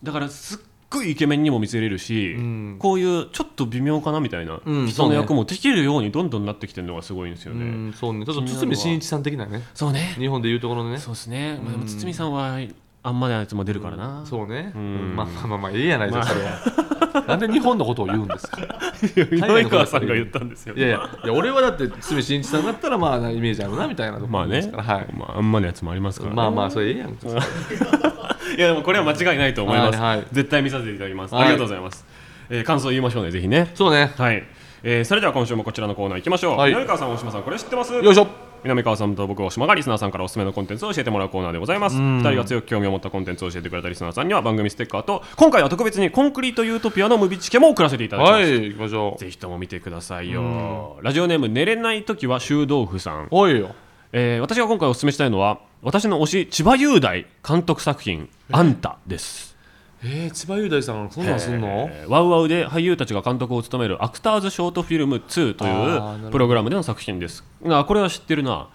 [SPEAKER 1] だからすっごいイケメンにも見せれるし、
[SPEAKER 2] うん
[SPEAKER 1] こういうちょっと微妙かなみたいな、
[SPEAKER 2] うん
[SPEAKER 1] 人
[SPEAKER 2] そう
[SPEAKER 1] の
[SPEAKER 2] ね
[SPEAKER 1] 役もできるようにどんどんなってきてるのがすごいんですよ
[SPEAKER 2] う
[SPEAKER 1] ね、
[SPEAKER 2] んそうねちょっと
[SPEAKER 1] 気になるわ
[SPEAKER 2] 堤真一さん的なね
[SPEAKER 1] そうね
[SPEAKER 2] 日本でいうところのね
[SPEAKER 1] そうですね、まあ、でも堤さんはあんまりあいつも出るからな、
[SPEAKER 2] そうね、
[SPEAKER 1] ん
[SPEAKER 2] まあまあまあまあええやないですかそれはなんで日本のことを言う んですか
[SPEAKER 1] 井
[SPEAKER 2] 海外
[SPEAKER 1] 上
[SPEAKER 2] の子
[SPEAKER 1] 川
[SPEAKER 2] だ
[SPEAKER 1] さ
[SPEAKER 2] から
[SPEAKER 1] んが言ったんですよ
[SPEAKER 2] いやいやいや俺はだって堤真一さんだったらまあイメージあるなみたいなとこ
[SPEAKER 1] まあ
[SPEAKER 2] ろで
[SPEAKER 1] ね
[SPEAKER 2] す、から、はい、
[SPEAKER 1] まあ、あんまのやつもありますから、ね
[SPEAKER 2] まあまあそれええやんか
[SPEAKER 1] いやでもこれは間違いないと思います、
[SPEAKER 2] はいはい
[SPEAKER 1] 絶対見させていただきます、
[SPEAKER 2] はい
[SPEAKER 1] ありがとうございます、えー感想言いましょうねぜひね
[SPEAKER 2] そう ね
[SPEAKER 1] はい、えーそれでは今週もこちらのコーナー行きましょう、
[SPEAKER 2] はい
[SPEAKER 1] 南川さん大島さんこれ知ってます
[SPEAKER 2] よいしょ
[SPEAKER 1] 南川さんと僕大島がリスナーさんからおすすめのコンテンツを教えてもらうコーナーでございます2人が強く興味を持ったコンテンツを教えてくれたリスナーさんには番組ステッカーと今回は特別にコンクリートユートピアのムビチケも送らせていただきます、
[SPEAKER 2] はい行きましょ
[SPEAKER 1] ぜひとも見てくださいよラジオネーム寝れない時は修道府さん
[SPEAKER 2] うおいよ
[SPEAKER 1] えー私が今回お勧めしたいのは私の推し千葉雄大監督作品「あんた」です。
[SPEAKER 2] えー、千葉雄大さんそんなんすんの、
[SPEAKER 1] えーワウワウで俳優たちが監督を務める「アクターズショートフィルム2」と
[SPEAKER 2] あーなるほ
[SPEAKER 1] いう
[SPEAKER 2] ど
[SPEAKER 1] プログラムでの作品ですあこれは知ってるな、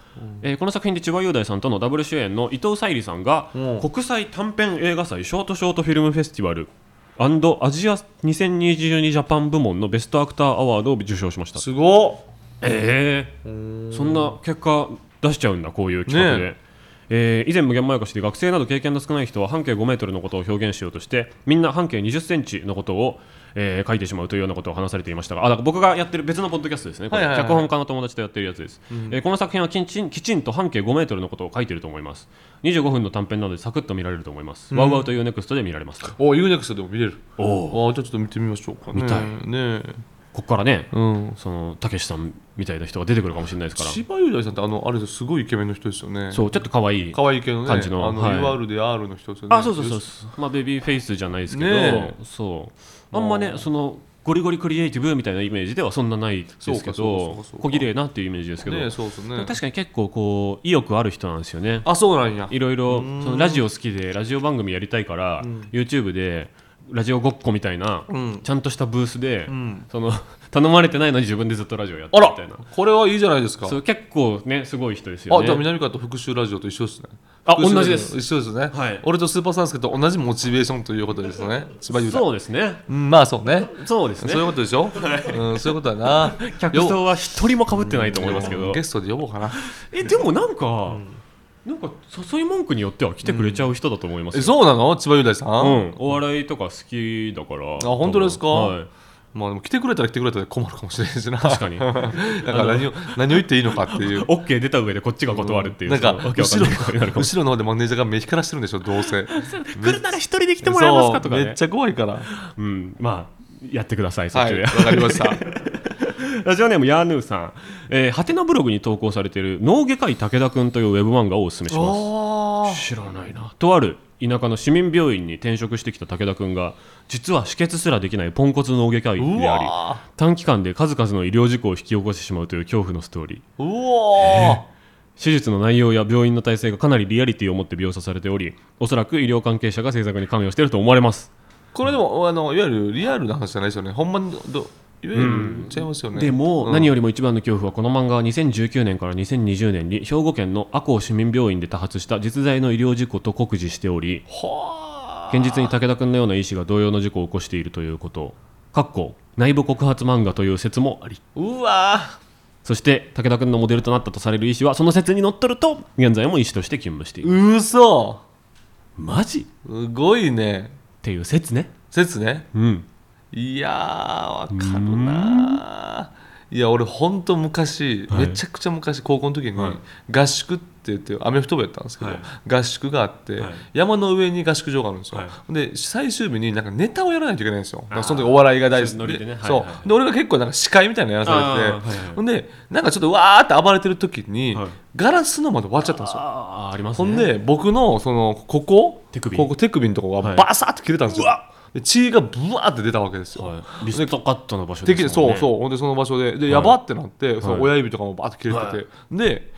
[SPEAKER 1] えーこの作品で千葉雄大さんとのダブル主演の伊藤沙莉さんが
[SPEAKER 2] うん
[SPEAKER 1] 国際短編映画祭ショートショートフィルムフェスティバルアジア2022ジャパン部門のベストアクターアワードを受賞しました
[SPEAKER 2] すごっ
[SPEAKER 1] ええそんな結果出しちゃうんだこういう企画で、
[SPEAKER 2] ね
[SPEAKER 1] えー以前無限前しで学生など経験の少ない人は半径5メートルのことを表現しようとしてみんな半径20センチのことを、えー書いてしまうというようなことを話されていましたがあだから僕がやってる別のポッドキャストですねこれ、
[SPEAKER 2] はいはいはい
[SPEAKER 1] 脚本家の友達とやってるやつです、えーこの作品はきちんきちんと半径5メートルのことを書いてると思います25分の短編なのでサクッと見られると思います、ワウワウというネクストで見られます
[SPEAKER 2] おユーネクストでも見れる
[SPEAKER 1] お
[SPEAKER 2] あ
[SPEAKER 1] お
[SPEAKER 2] ーじゃあちょっと見てみましょうかね
[SPEAKER 1] 見たい
[SPEAKER 2] ね
[SPEAKER 1] ここからね
[SPEAKER 2] うん
[SPEAKER 1] そのたけしさんみたいな人が出てくるかもしれないですから
[SPEAKER 2] 千葉雄大さんってあのあれですすごいイケメンの人ですよね
[SPEAKER 1] そうちょっと可愛い
[SPEAKER 2] 可愛い系のね
[SPEAKER 1] 感じの
[SPEAKER 2] あの、
[SPEAKER 1] はい
[SPEAKER 2] UR で R の人ですよね
[SPEAKER 1] あそうそうそうそうまあベビーフェイスじゃないですけど、
[SPEAKER 2] ね
[SPEAKER 1] そうあんまねそのゴリゴリクリエイティブみたいなイメージではそんなないですけ
[SPEAKER 2] そうかそうか
[SPEAKER 1] ど
[SPEAKER 2] そうか
[SPEAKER 1] 小綺麗なっていうイメージですけど、
[SPEAKER 2] ねそうそう
[SPEAKER 1] で
[SPEAKER 2] ね
[SPEAKER 1] も確かに結構こう意欲ある人なんですよね
[SPEAKER 2] あそうなんや
[SPEAKER 1] いろいろそのラジオ好きでラジオ番組やりたいから、YouTube でラジオごっこみたいな、
[SPEAKER 2] うん
[SPEAKER 1] ちゃんとしたブースで、
[SPEAKER 2] ん
[SPEAKER 1] その 頼まれてないのに自分でずっとラジオやって
[SPEAKER 2] あ
[SPEAKER 1] る
[SPEAKER 2] ら
[SPEAKER 1] みたいな
[SPEAKER 2] これはいいじゃないですか
[SPEAKER 1] そう結構ねすごい人ですよ
[SPEAKER 2] あ
[SPEAKER 1] ね
[SPEAKER 2] じゃあ南方復讐ラジオと一緒ですね
[SPEAKER 1] あ同じです
[SPEAKER 2] 一緒ですよね、
[SPEAKER 1] はい
[SPEAKER 2] 俺とスーパーサンスケと同じモチベーションということですよね千葉雄太
[SPEAKER 1] そうですね
[SPEAKER 2] うんまあそうね
[SPEAKER 1] そうですね
[SPEAKER 2] そういうことでしょ、うん、そういうことだな
[SPEAKER 1] 客層は一人も被ってないと思いますけ
[SPEAKER 2] うん
[SPEAKER 1] ど
[SPEAKER 2] ゲストで呼ぼうかな
[SPEAKER 1] えでもなんか、なんか誘い文句によっては来てくれちゃう人だと思います
[SPEAKER 2] え
[SPEAKER 1] よ
[SPEAKER 2] そうなの千葉雄大さん、
[SPEAKER 1] うん、お笑いとか好きだからあ
[SPEAKER 2] 本当ですか
[SPEAKER 1] はい、
[SPEAKER 2] まあ、でも来てくれたら来てくれたら困るかもしれないしな
[SPEAKER 1] 確かに
[SPEAKER 2] なんか何を何を言っていいのかっ ていう
[SPEAKER 1] OK 出た上でこっちが断るっていう、
[SPEAKER 2] なんか
[SPEAKER 1] そのわけわか
[SPEAKER 2] 後
[SPEAKER 1] ん
[SPEAKER 2] ろ
[SPEAKER 1] ないことになるかもし
[SPEAKER 2] 後ろの方でマネージャーが目光らしてるんでしょ どうせ
[SPEAKER 1] れない来るなら一人で来てもらえますかとか
[SPEAKER 2] そ
[SPEAKER 1] ね
[SPEAKER 2] うめっちゃ怖いから
[SPEAKER 1] うん、まあやってくださいそっ
[SPEAKER 2] は
[SPEAKER 1] ち
[SPEAKER 2] い
[SPEAKER 1] で、
[SPEAKER 2] わかりま した
[SPEAKER 1] ラジオネームヤーヌーさん、えー、ハテナブログに投稿されている脳外科医武田くんというウェブ漫画をおすすめします
[SPEAKER 2] お
[SPEAKER 1] 知らないなとある田舎の市民病院に転職してきた武田君が実は止血すらできないポンコツ脳外科医
[SPEAKER 2] う
[SPEAKER 1] であり
[SPEAKER 2] わ
[SPEAKER 1] 短期間で数々の医療事故を引き起こしてしまうという恐怖のストーリー
[SPEAKER 2] ーうわ
[SPEAKER 1] 手術の内容や病院の体制がかなりリアリティを持って描写されておりおそらく医療関係者が制作に関与していると思われます
[SPEAKER 2] ーこれでもあのいわゆるリアルな話じゃないですよねほんまにどいわゆるちゃいますよね、
[SPEAKER 1] でも、
[SPEAKER 2] うん
[SPEAKER 1] 何よりも一番の恐怖はこの漫画は2019年から2020年に兵庫県の赤穂市民病院で多発した実在の医療事故と酷似しており
[SPEAKER 2] はあ
[SPEAKER 1] 現実に武田君のような医師が同様の事故を起こしているということかっこ内部告発漫画という説もあり
[SPEAKER 2] うわ
[SPEAKER 1] そして武田君のモデルとなったとされる医師はその説にのっとると現在も医師として勤務している
[SPEAKER 2] ーうそ
[SPEAKER 1] マジっ
[SPEAKER 2] すごいね
[SPEAKER 1] ていう説ね
[SPEAKER 2] 説ね
[SPEAKER 1] うん
[SPEAKER 2] いやーわかるなーいや俺ほんと昔、
[SPEAKER 1] はい
[SPEAKER 2] めちゃくちゃ昔高校の時に
[SPEAKER 1] はい
[SPEAKER 2] 合宿って言ってアメフト部やったんですけど、
[SPEAKER 1] はい
[SPEAKER 2] 合宿があって、
[SPEAKER 1] はい
[SPEAKER 2] 山の上に合宿場があるんですよ、
[SPEAKER 1] は
[SPEAKER 2] で最終日になんかネタをやらないといけないんですよだか
[SPEAKER 1] あー
[SPEAKER 2] らその時お笑いが大好き
[SPEAKER 1] ノリでねはい
[SPEAKER 2] そう
[SPEAKER 1] はいはい
[SPEAKER 2] で俺が結構なんか司会みたいなのやらされて、
[SPEAKER 1] あーはいはい
[SPEAKER 2] ほんでなんかちょっとわーって暴れてる時に、
[SPEAKER 1] はい
[SPEAKER 2] ガラスの窓割っちゃったんですよ
[SPEAKER 1] あああります
[SPEAKER 2] ほ
[SPEAKER 1] ね
[SPEAKER 2] んで僕のそのここ
[SPEAKER 1] 手首
[SPEAKER 2] ここ手首のとこ
[SPEAKER 1] は
[SPEAKER 2] が
[SPEAKER 1] い
[SPEAKER 2] バサッと切れたんですよ、で血がブワーって出たわけですよ、
[SPEAKER 1] はい、リストカットの場所
[SPEAKER 2] で
[SPEAKER 1] です
[SPEAKER 2] き
[SPEAKER 1] もんね
[SPEAKER 2] そうそうほんでその場所でで、やばってなって、その親指とかもバーッと切れてて、
[SPEAKER 1] は
[SPEAKER 2] で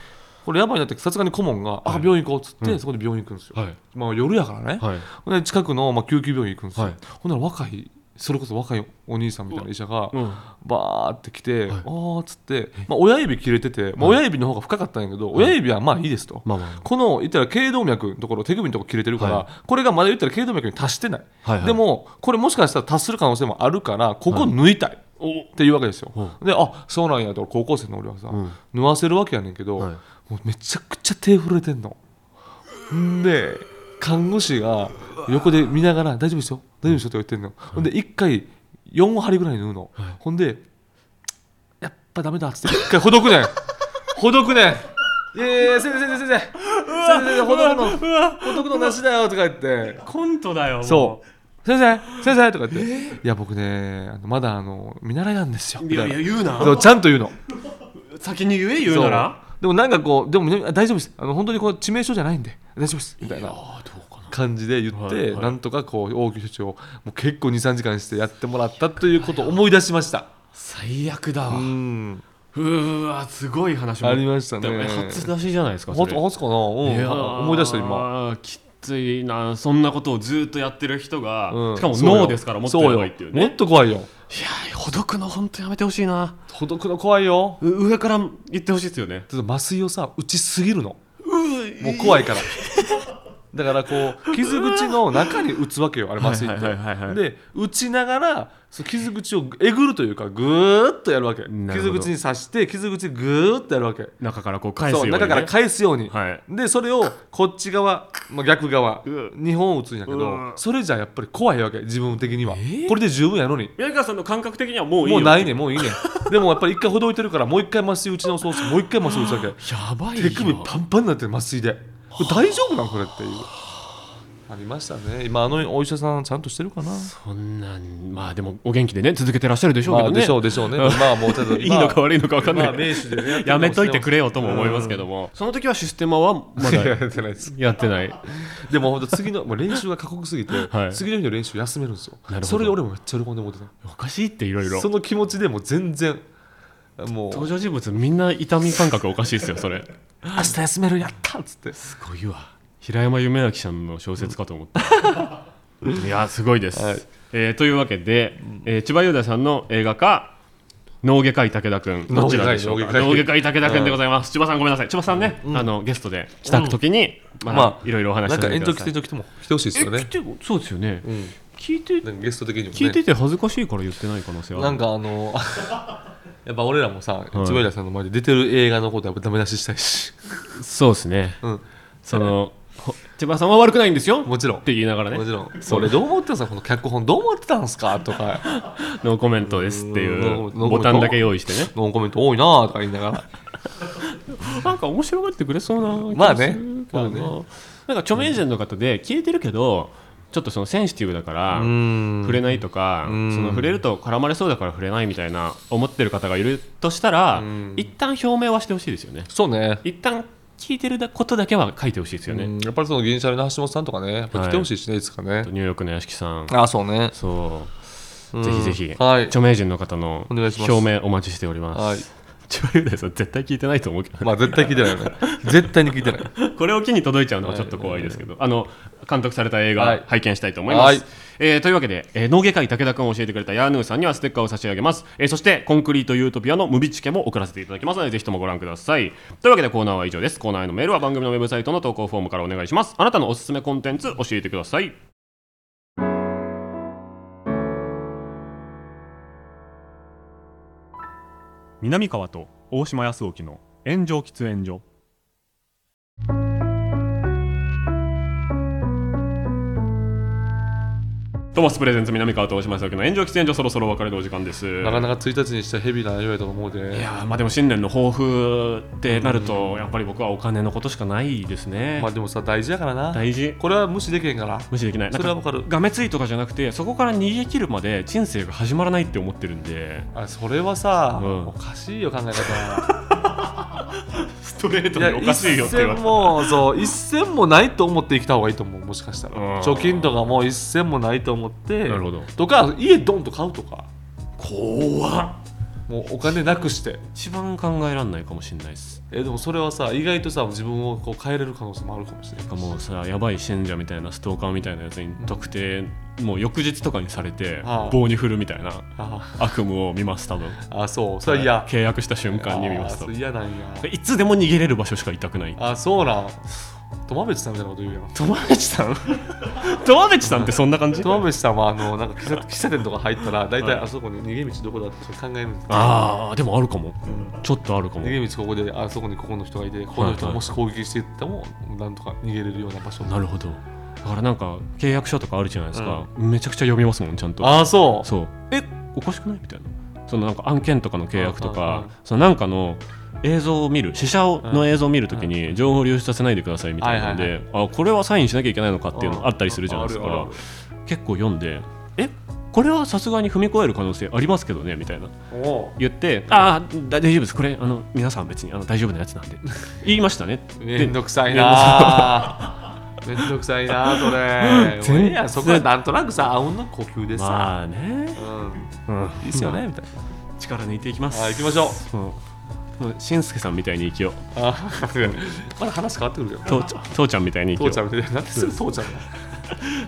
[SPEAKER 2] これやばいなってさすがに顧問が、あ病院行こうっつって、そこで病院行くんですよ、
[SPEAKER 1] はい
[SPEAKER 2] まあ、夜やからね、
[SPEAKER 1] はい
[SPEAKER 2] ほんで近くの、まあ、救急病院行くんですよ、
[SPEAKER 1] はい
[SPEAKER 2] ほんなら若いそれこそ若いお兄さんみたいな医者が、
[SPEAKER 1] うん
[SPEAKER 2] バーって来
[SPEAKER 1] は
[SPEAKER 2] て、
[SPEAKER 1] い
[SPEAKER 2] あーっつって、まあ、親指切れてて、まあ、親指の方が深かったんやけど、親指はまあいいですと、
[SPEAKER 1] まあまあ
[SPEAKER 2] この言ったら頸動脈のところ手首のところ切れてるから、
[SPEAKER 1] はい
[SPEAKER 2] これがまだ言ったら頸動脈に達してない,、
[SPEAKER 1] はいはい
[SPEAKER 2] でもこれもしかしたら達する可能性もあるからここ抜いたい、
[SPEAKER 1] お
[SPEAKER 2] っていうわけですよ、
[SPEAKER 1] う
[SPEAKER 2] であそうなんやと高校生の俺はさ、
[SPEAKER 1] ん
[SPEAKER 2] 縫わせるわけやねんけど、
[SPEAKER 1] はい
[SPEAKER 2] もうめちゃくちゃ手震えてんのんで看護師が横で見ながら「大丈夫ですよ大丈夫ですよ」って言ってんの、ほんで1回4針ぐらい縫うの、ほんで「やっぱダメだ」っつって1回ほどくねん ほどくねんいやいやいや先生先生先生先生先生ほどくの
[SPEAKER 1] うわ
[SPEAKER 2] ほどくのなしだよとか言って
[SPEAKER 1] コントだよ
[SPEAKER 2] そう先生先生とか言って、いや僕ねあのまだあの見習いなんですよみ
[SPEAKER 1] いや
[SPEAKER 2] たい
[SPEAKER 1] い
[SPEAKER 2] な
[SPEAKER 1] や言うな
[SPEAKER 2] そうちゃんと言うの
[SPEAKER 1] 先に言え言うなら
[SPEAKER 2] そうでもなんかこうでもね大丈夫ですあの本当にこう致命傷じゃないんで大丈夫ですみたいな
[SPEAKER 1] ああどうかな
[SPEAKER 2] 感じで言って、
[SPEAKER 1] はいはい
[SPEAKER 2] なんとかこう応急処置をもう結構23時間してやってもらったということを思い出しました、
[SPEAKER 1] 最悪だわ、う
[SPEAKER 2] うん
[SPEAKER 1] ーわすごい話も
[SPEAKER 2] ありましたね
[SPEAKER 1] でも初出しじゃないですか
[SPEAKER 2] ほ
[SPEAKER 1] そ
[SPEAKER 2] ん
[SPEAKER 1] れ
[SPEAKER 2] とほんとかな、うん
[SPEAKER 1] いやー
[SPEAKER 2] 思い出した今
[SPEAKER 1] きついなそんなことをずっとやってる人が、
[SPEAKER 2] うん
[SPEAKER 1] しかも
[SPEAKER 2] そうよ
[SPEAKER 1] 脳ですからもっとやばいっていうね
[SPEAKER 2] そよもっと怖いよ
[SPEAKER 1] いやーほどくの本当やめてほしいな
[SPEAKER 2] ほどくの怖いよ
[SPEAKER 1] う上から言ってほしいですよね
[SPEAKER 2] ちょっと麻酔をさ打ちすぎるの
[SPEAKER 1] う
[SPEAKER 2] もう怖いから。だからこう傷口の中に打つわけよあれ麻酔っ
[SPEAKER 1] はいはいはいはいはい
[SPEAKER 2] て。で打ちながらそう傷口をえぐるというかぐーっとやるわけ
[SPEAKER 1] なるほ
[SPEAKER 2] 傷
[SPEAKER 1] ど
[SPEAKER 2] 口に刺して傷口ぐーっとやるわけ
[SPEAKER 1] 中からこう返すよ
[SPEAKER 2] そうう
[SPEAKER 1] に、ね、
[SPEAKER 2] 中から返すように、
[SPEAKER 1] はい
[SPEAKER 2] でそれをこっち側、まあ、逆側
[SPEAKER 1] う
[SPEAKER 2] 2本打つんやけ
[SPEAKER 1] う
[SPEAKER 2] ど
[SPEAKER 1] ん
[SPEAKER 2] それじゃやっぱり怖いわけ自分的には、
[SPEAKER 1] ー
[SPEAKER 2] これで十分やのに
[SPEAKER 1] 宮川さんの感覚的にはもういい
[SPEAKER 2] も
[SPEAKER 1] よ
[SPEAKER 2] うないねんもういいねんでもやっぱり一回ほどいてるからもう一回麻酔打ち直そうしもう一回麻酔打つわけ
[SPEAKER 1] やばいよ
[SPEAKER 2] 手首パンパンになってる麻酔でこれ大丈夫なんこれっていうありましたね今あのお医者さんちゃんとしてるかな、
[SPEAKER 1] そんなんまあでもお元気でね続けてらっしゃるでしょう
[SPEAKER 2] ま
[SPEAKER 1] けど
[SPEAKER 2] あ
[SPEAKER 1] ね、
[SPEAKER 2] でしょうでしょうねまあもう ちょっと
[SPEAKER 1] いいのか悪いのか分かんない、
[SPEAKER 2] まあ名手でねやってるかもしれない
[SPEAKER 1] やめといてくれよとも思いますけども、その時はシステマはま
[SPEAKER 2] まだや
[SPEAKER 1] だ
[SPEAKER 2] ってないです
[SPEAKER 1] やってない
[SPEAKER 2] でも本当次のもう練習が過酷すぎて、
[SPEAKER 1] はい
[SPEAKER 2] 次の日の練習休めるんですよ
[SPEAKER 1] なるほど
[SPEAKER 2] それで俺もめっちゃ喜んで思ってた
[SPEAKER 1] おかしいっていろいろ
[SPEAKER 2] その気持ちでもう全然もう
[SPEAKER 1] 登場人物みんな痛み感覚おかしいですよそれ
[SPEAKER 2] 明日休めるやったっつって
[SPEAKER 1] すごいわ平山夢明さんの小説かと思った いやすごいです、
[SPEAKER 2] はい
[SPEAKER 1] えーというわけで、えー千葉雄大さんの映画か脳外科医武田君どちらでしょうか
[SPEAKER 2] 脳
[SPEAKER 1] 脳外
[SPEAKER 2] 外
[SPEAKER 1] 科医武田君でございます、千葉さんごめんなさい千葉さんね、あのゲストで来た時にまあ、
[SPEAKER 2] まあ
[SPEAKER 1] いろいろお話し
[SPEAKER 2] なん
[SPEAKER 1] させ
[SPEAKER 2] か
[SPEAKER 1] て
[SPEAKER 2] 延
[SPEAKER 1] くだ
[SPEAKER 2] 長
[SPEAKER 1] さい
[SPEAKER 2] 期店長来ても来てほしいですよ
[SPEAKER 1] え
[SPEAKER 2] ね
[SPEAKER 1] 来、てそうですよね、
[SPEAKER 2] うん、
[SPEAKER 1] 聞いて
[SPEAKER 2] なんかゲスト的にもね
[SPEAKER 1] 聞いてて恥ずかしいから言ってない可能性はあ
[SPEAKER 2] な
[SPEAKER 1] る
[SPEAKER 2] んか あのやっぱ俺らもさ
[SPEAKER 1] い
[SPEAKER 2] 円谷さんの前で出てる映画のことやっぱダメ出ししたいし、
[SPEAKER 1] そうですね
[SPEAKER 2] うん、
[SPEAKER 1] そのほ千葉さんは悪くないんですよ
[SPEAKER 2] もちろん
[SPEAKER 1] って言いながらね
[SPEAKER 2] もちろんそれどう思ってたんですかこの脚本どう思ってたんですか とか
[SPEAKER 1] ノーコメントですっていう
[SPEAKER 2] ノーノーコメント
[SPEAKER 1] ボタンだけ用意してね
[SPEAKER 2] ノンコメント多いなとか言いながら
[SPEAKER 1] なんか面白がってくれそうな気
[SPEAKER 2] まあ
[SPEAKER 1] がす
[SPEAKER 2] ね
[SPEAKER 1] るけどな、
[SPEAKER 2] まあ
[SPEAKER 1] なんか著名人の方で消えてるけど、ちょっとそのセンシティブだから、
[SPEAKER 2] ん
[SPEAKER 1] 触れないとか、
[SPEAKER 2] ん
[SPEAKER 1] その触れると絡まれそうだから触れないみたいな思ってる方がいるとしたら、
[SPEAKER 2] ん
[SPEAKER 1] 一旦表明はしてほしいですよね
[SPEAKER 2] そうね
[SPEAKER 1] 一旦聞いてることだけは書いてほしいですよね、
[SPEAKER 2] うんやっぱりその銀シャリの橋本さんとかねやっぱ来てほしいしね、い、つかね
[SPEAKER 1] ニューヨークの屋敷さん
[SPEAKER 2] あそうね
[SPEAKER 1] そう、
[SPEAKER 2] うん
[SPEAKER 1] ぜひぜひ、
[SPEAKER 2] はい
[SPEAKER 1] 著名人の方の
[SPEAKER 2] お願いします
[SPEAKER 1] 表明お待ちしており ます
[SPEAKER 2] はい
[SPEAKER 1] 千葉雄大さん絶対聞いてないと思うけどね
[SPEAKER 2] まあ絶対聞いてないよ ね絶対に聞いてない
[SPEAKER 1] これを機に届いちゃうのはちょっと怖いですけど、あの監督された映
[SPEAKER 2] は
[SPEAKER 1] 画
[SPEAKER 2] い
[SPEAKER 1] 拝見したいと思います。
[SPEAKER 2] はい
[SPEAKER 1] えーというわけで、えー、農芸会武田君を教えてくれたヤーヌーさんにはステッカーを差し上げます、えーそしてコンクリートユートピアのムビチケも送らせていただきますのでぜひともご覧くださいというわけでコーナーは以上ですコーナーへのメールは番組のウェブサイトの投稿フォームからお願いしますあなたのおすすめコンテンツ教えてください
[SPEAKER 3] 南川と大島康沖の炎上喫煙所
[SPEAKER 1] トモスプレゼンツ南川と大島さんの炎上喫煙所そろそろお別れのお時間です
[SPEAKER 2] なかなか1日にしたらヘビーな内容やと思う
[SPEAKER 1] い
[SPEAKER 2] で
[SPEAKER 1] やーまあでも新年の抱負ってなるとやっぱり僕はお金のことしかないですね、
[SPEAKER 2] まあでもさ大事やからな
[SPEAKER 1] 大事
[SPEAKER 2] これは無視できへんから
[SPEAKER 1] 無視できないなん
[SPEAKER 2] それはわかる
[SPEAKER 1] がめついとかじゃなくてそこから逃げ切るまで人生が始まらないって思ってるんで
[SPEAKER 2] あそれはさ、
[SPEAKER 1] うん
[SPEAKER 2] おかしいよ考え方
[SPEAKER 1] ストレート
[SPEAKER 2] いや
[SPEAKER 1] におかしいよって言われ
[SPEAKER 2] 一銭
[SPEAKER 1] た
[SPEAKER 2] もそう一銭もないと思って生きた方がいいと思うもしかしたら
[SPEAKER 1] うん
[SPEAKER 2] 貯金とかも一銭もないと思って
[SPEAKER 1] なるほど
[SPEAKER 2] とか家ドンと買うとか
[SPEAKER 1] 怖っ
[SPEAKER 2] もうお金なくして
[SPEAKER 1] 一番考えられないかもしれないです
[SPEAKER 2] えでもそれはさ意外とさ自分をこう変えれる可能性もあるかもしれない
[SPEAKER 1] なんかもうさやばい信者みたいなストーカーみたいなやつに特定もう翌日とかにされて
[SPEAKER 2] ああ
[SPEAKER 1] 棒に振るみたいな
[SPEAKER 2] あ
[SPEAKER 1] 悪夢を見ます多分
[SPEAKER 2] あそうそれは嫌
[SPEAKER 1] 契約した瞬間に見ます
[SPEAKER 2] あ
[SPEAKER 1] 多
[SPEAKER 2] そう
[SPEAKER 1] 分
[SPEAKER 2] 嫌なんや
[SPEAKER 1] いつでも逃げれる場所しか痛くない
[SPEAKER 2] あそうなん友淵さんみたいなこと言うやん
[SPEAKER 1] 友達さん 友達さんってそんな感じ
[SPEAKER 2] 友淵さんはあのなんか喫茶喫茶店とか入ったら大体あそこに逃げ道どこだって考えるんですよ
[SPEAKER 1] ああでもあるかも、ちょっとあるかも
[SPEAKER 2] 逃げ道ここであそこにここの人がいてここの人がもし攻撃していってもなんとか逃げれるような場所
[SPEAKER 1] なるほどだからなんか契約書とかあるじゃないですか、めちゃくちゃ読みますもんちゃんと
[SPEAKER 2] ああそう
[SPEAKER 1] そうえおかしくないみたいなそのなんか案件とかの契約と
[SPEAKER 2] はいはいは
[SPEAKER 1] か
[SPEAKER 2] い
[SPEAKER 1] そのなんかの映像を見る試写をの映像を見るときに情報を流出させないでくださいみたいなの
[SPEAKER 2] はいは
[SPEAKER 1] で、あこれはサインしなきゃいけないのかっていうの
[SPEAKER 2] うん
[SPEAKER 1] あったりするじゃないです
[SPEAKER 2] あるあ
[SPEAKER 1] か
[SPEAKER 2] るあ
[SPEAKER 1] 結構読んでえこれはさすがに踏み越える可能性ありますけどねみたいな
[SPEAKER 2] おう
[SPEAKER 1] 言ってああ大丈夫ですこれあの皆さん別にあの大丈夫なやつなんで言いましたね
[SPEAKER 2] め
[SPEAKER 1] で
[SPEAKER 2] んどくさいなー めんどくさいなーそ
[SPEAKER 1] 全
[SPEAKER 2] れ
[SPEAKER 1] 然
[SPEAKER 2] もうええやんそこはなんとなくさあうんの呼吸でさ、
[SPEAKER 1] まあね、
[SPEAKER 2] うん
[SPEAKER 1] うん
[SPEAKER 2] いいっすよねみたい
[SPEAKER 1] 力抜いていきます
[SPEAKER 2] なあ行きましょう
[SPEAKER 1] もうもうしんすけさんみたいに生きよう
[SPEAKER 2] あ まだ話変わってくるよ
[SPEAKER 1] 父ちゃん父ちゃんみたいに生き
[SPEAKER 2] 父
[SPEAKER 1] よ
[SPEAKER 2] ち
[SPEAKER 1] う
[SPEAKER 2] ゃ
[SPEAKER 1] ん
[SPEAKER 2] みたいななんですぐ父ちゃんだ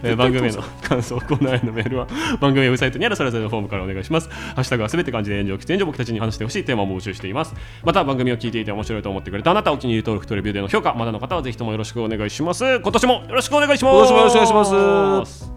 [SPEAKER 1] えー番組への感想コーナーへのメールは番組ウェブサイトにあるそれぞれのフォームからお願いしますハッシュタグはすべて漢字で炎上喫煙所僕たちに話してほしいテーマも募集していますまた番組を聞いていて面白いと思ってくれたあなたお気に入り登録とレビューでの評価まだの方はぜひともよろしくお願いします今年もよろしくお願いします
[SPEAKER 2] 今年もよろしくお願いします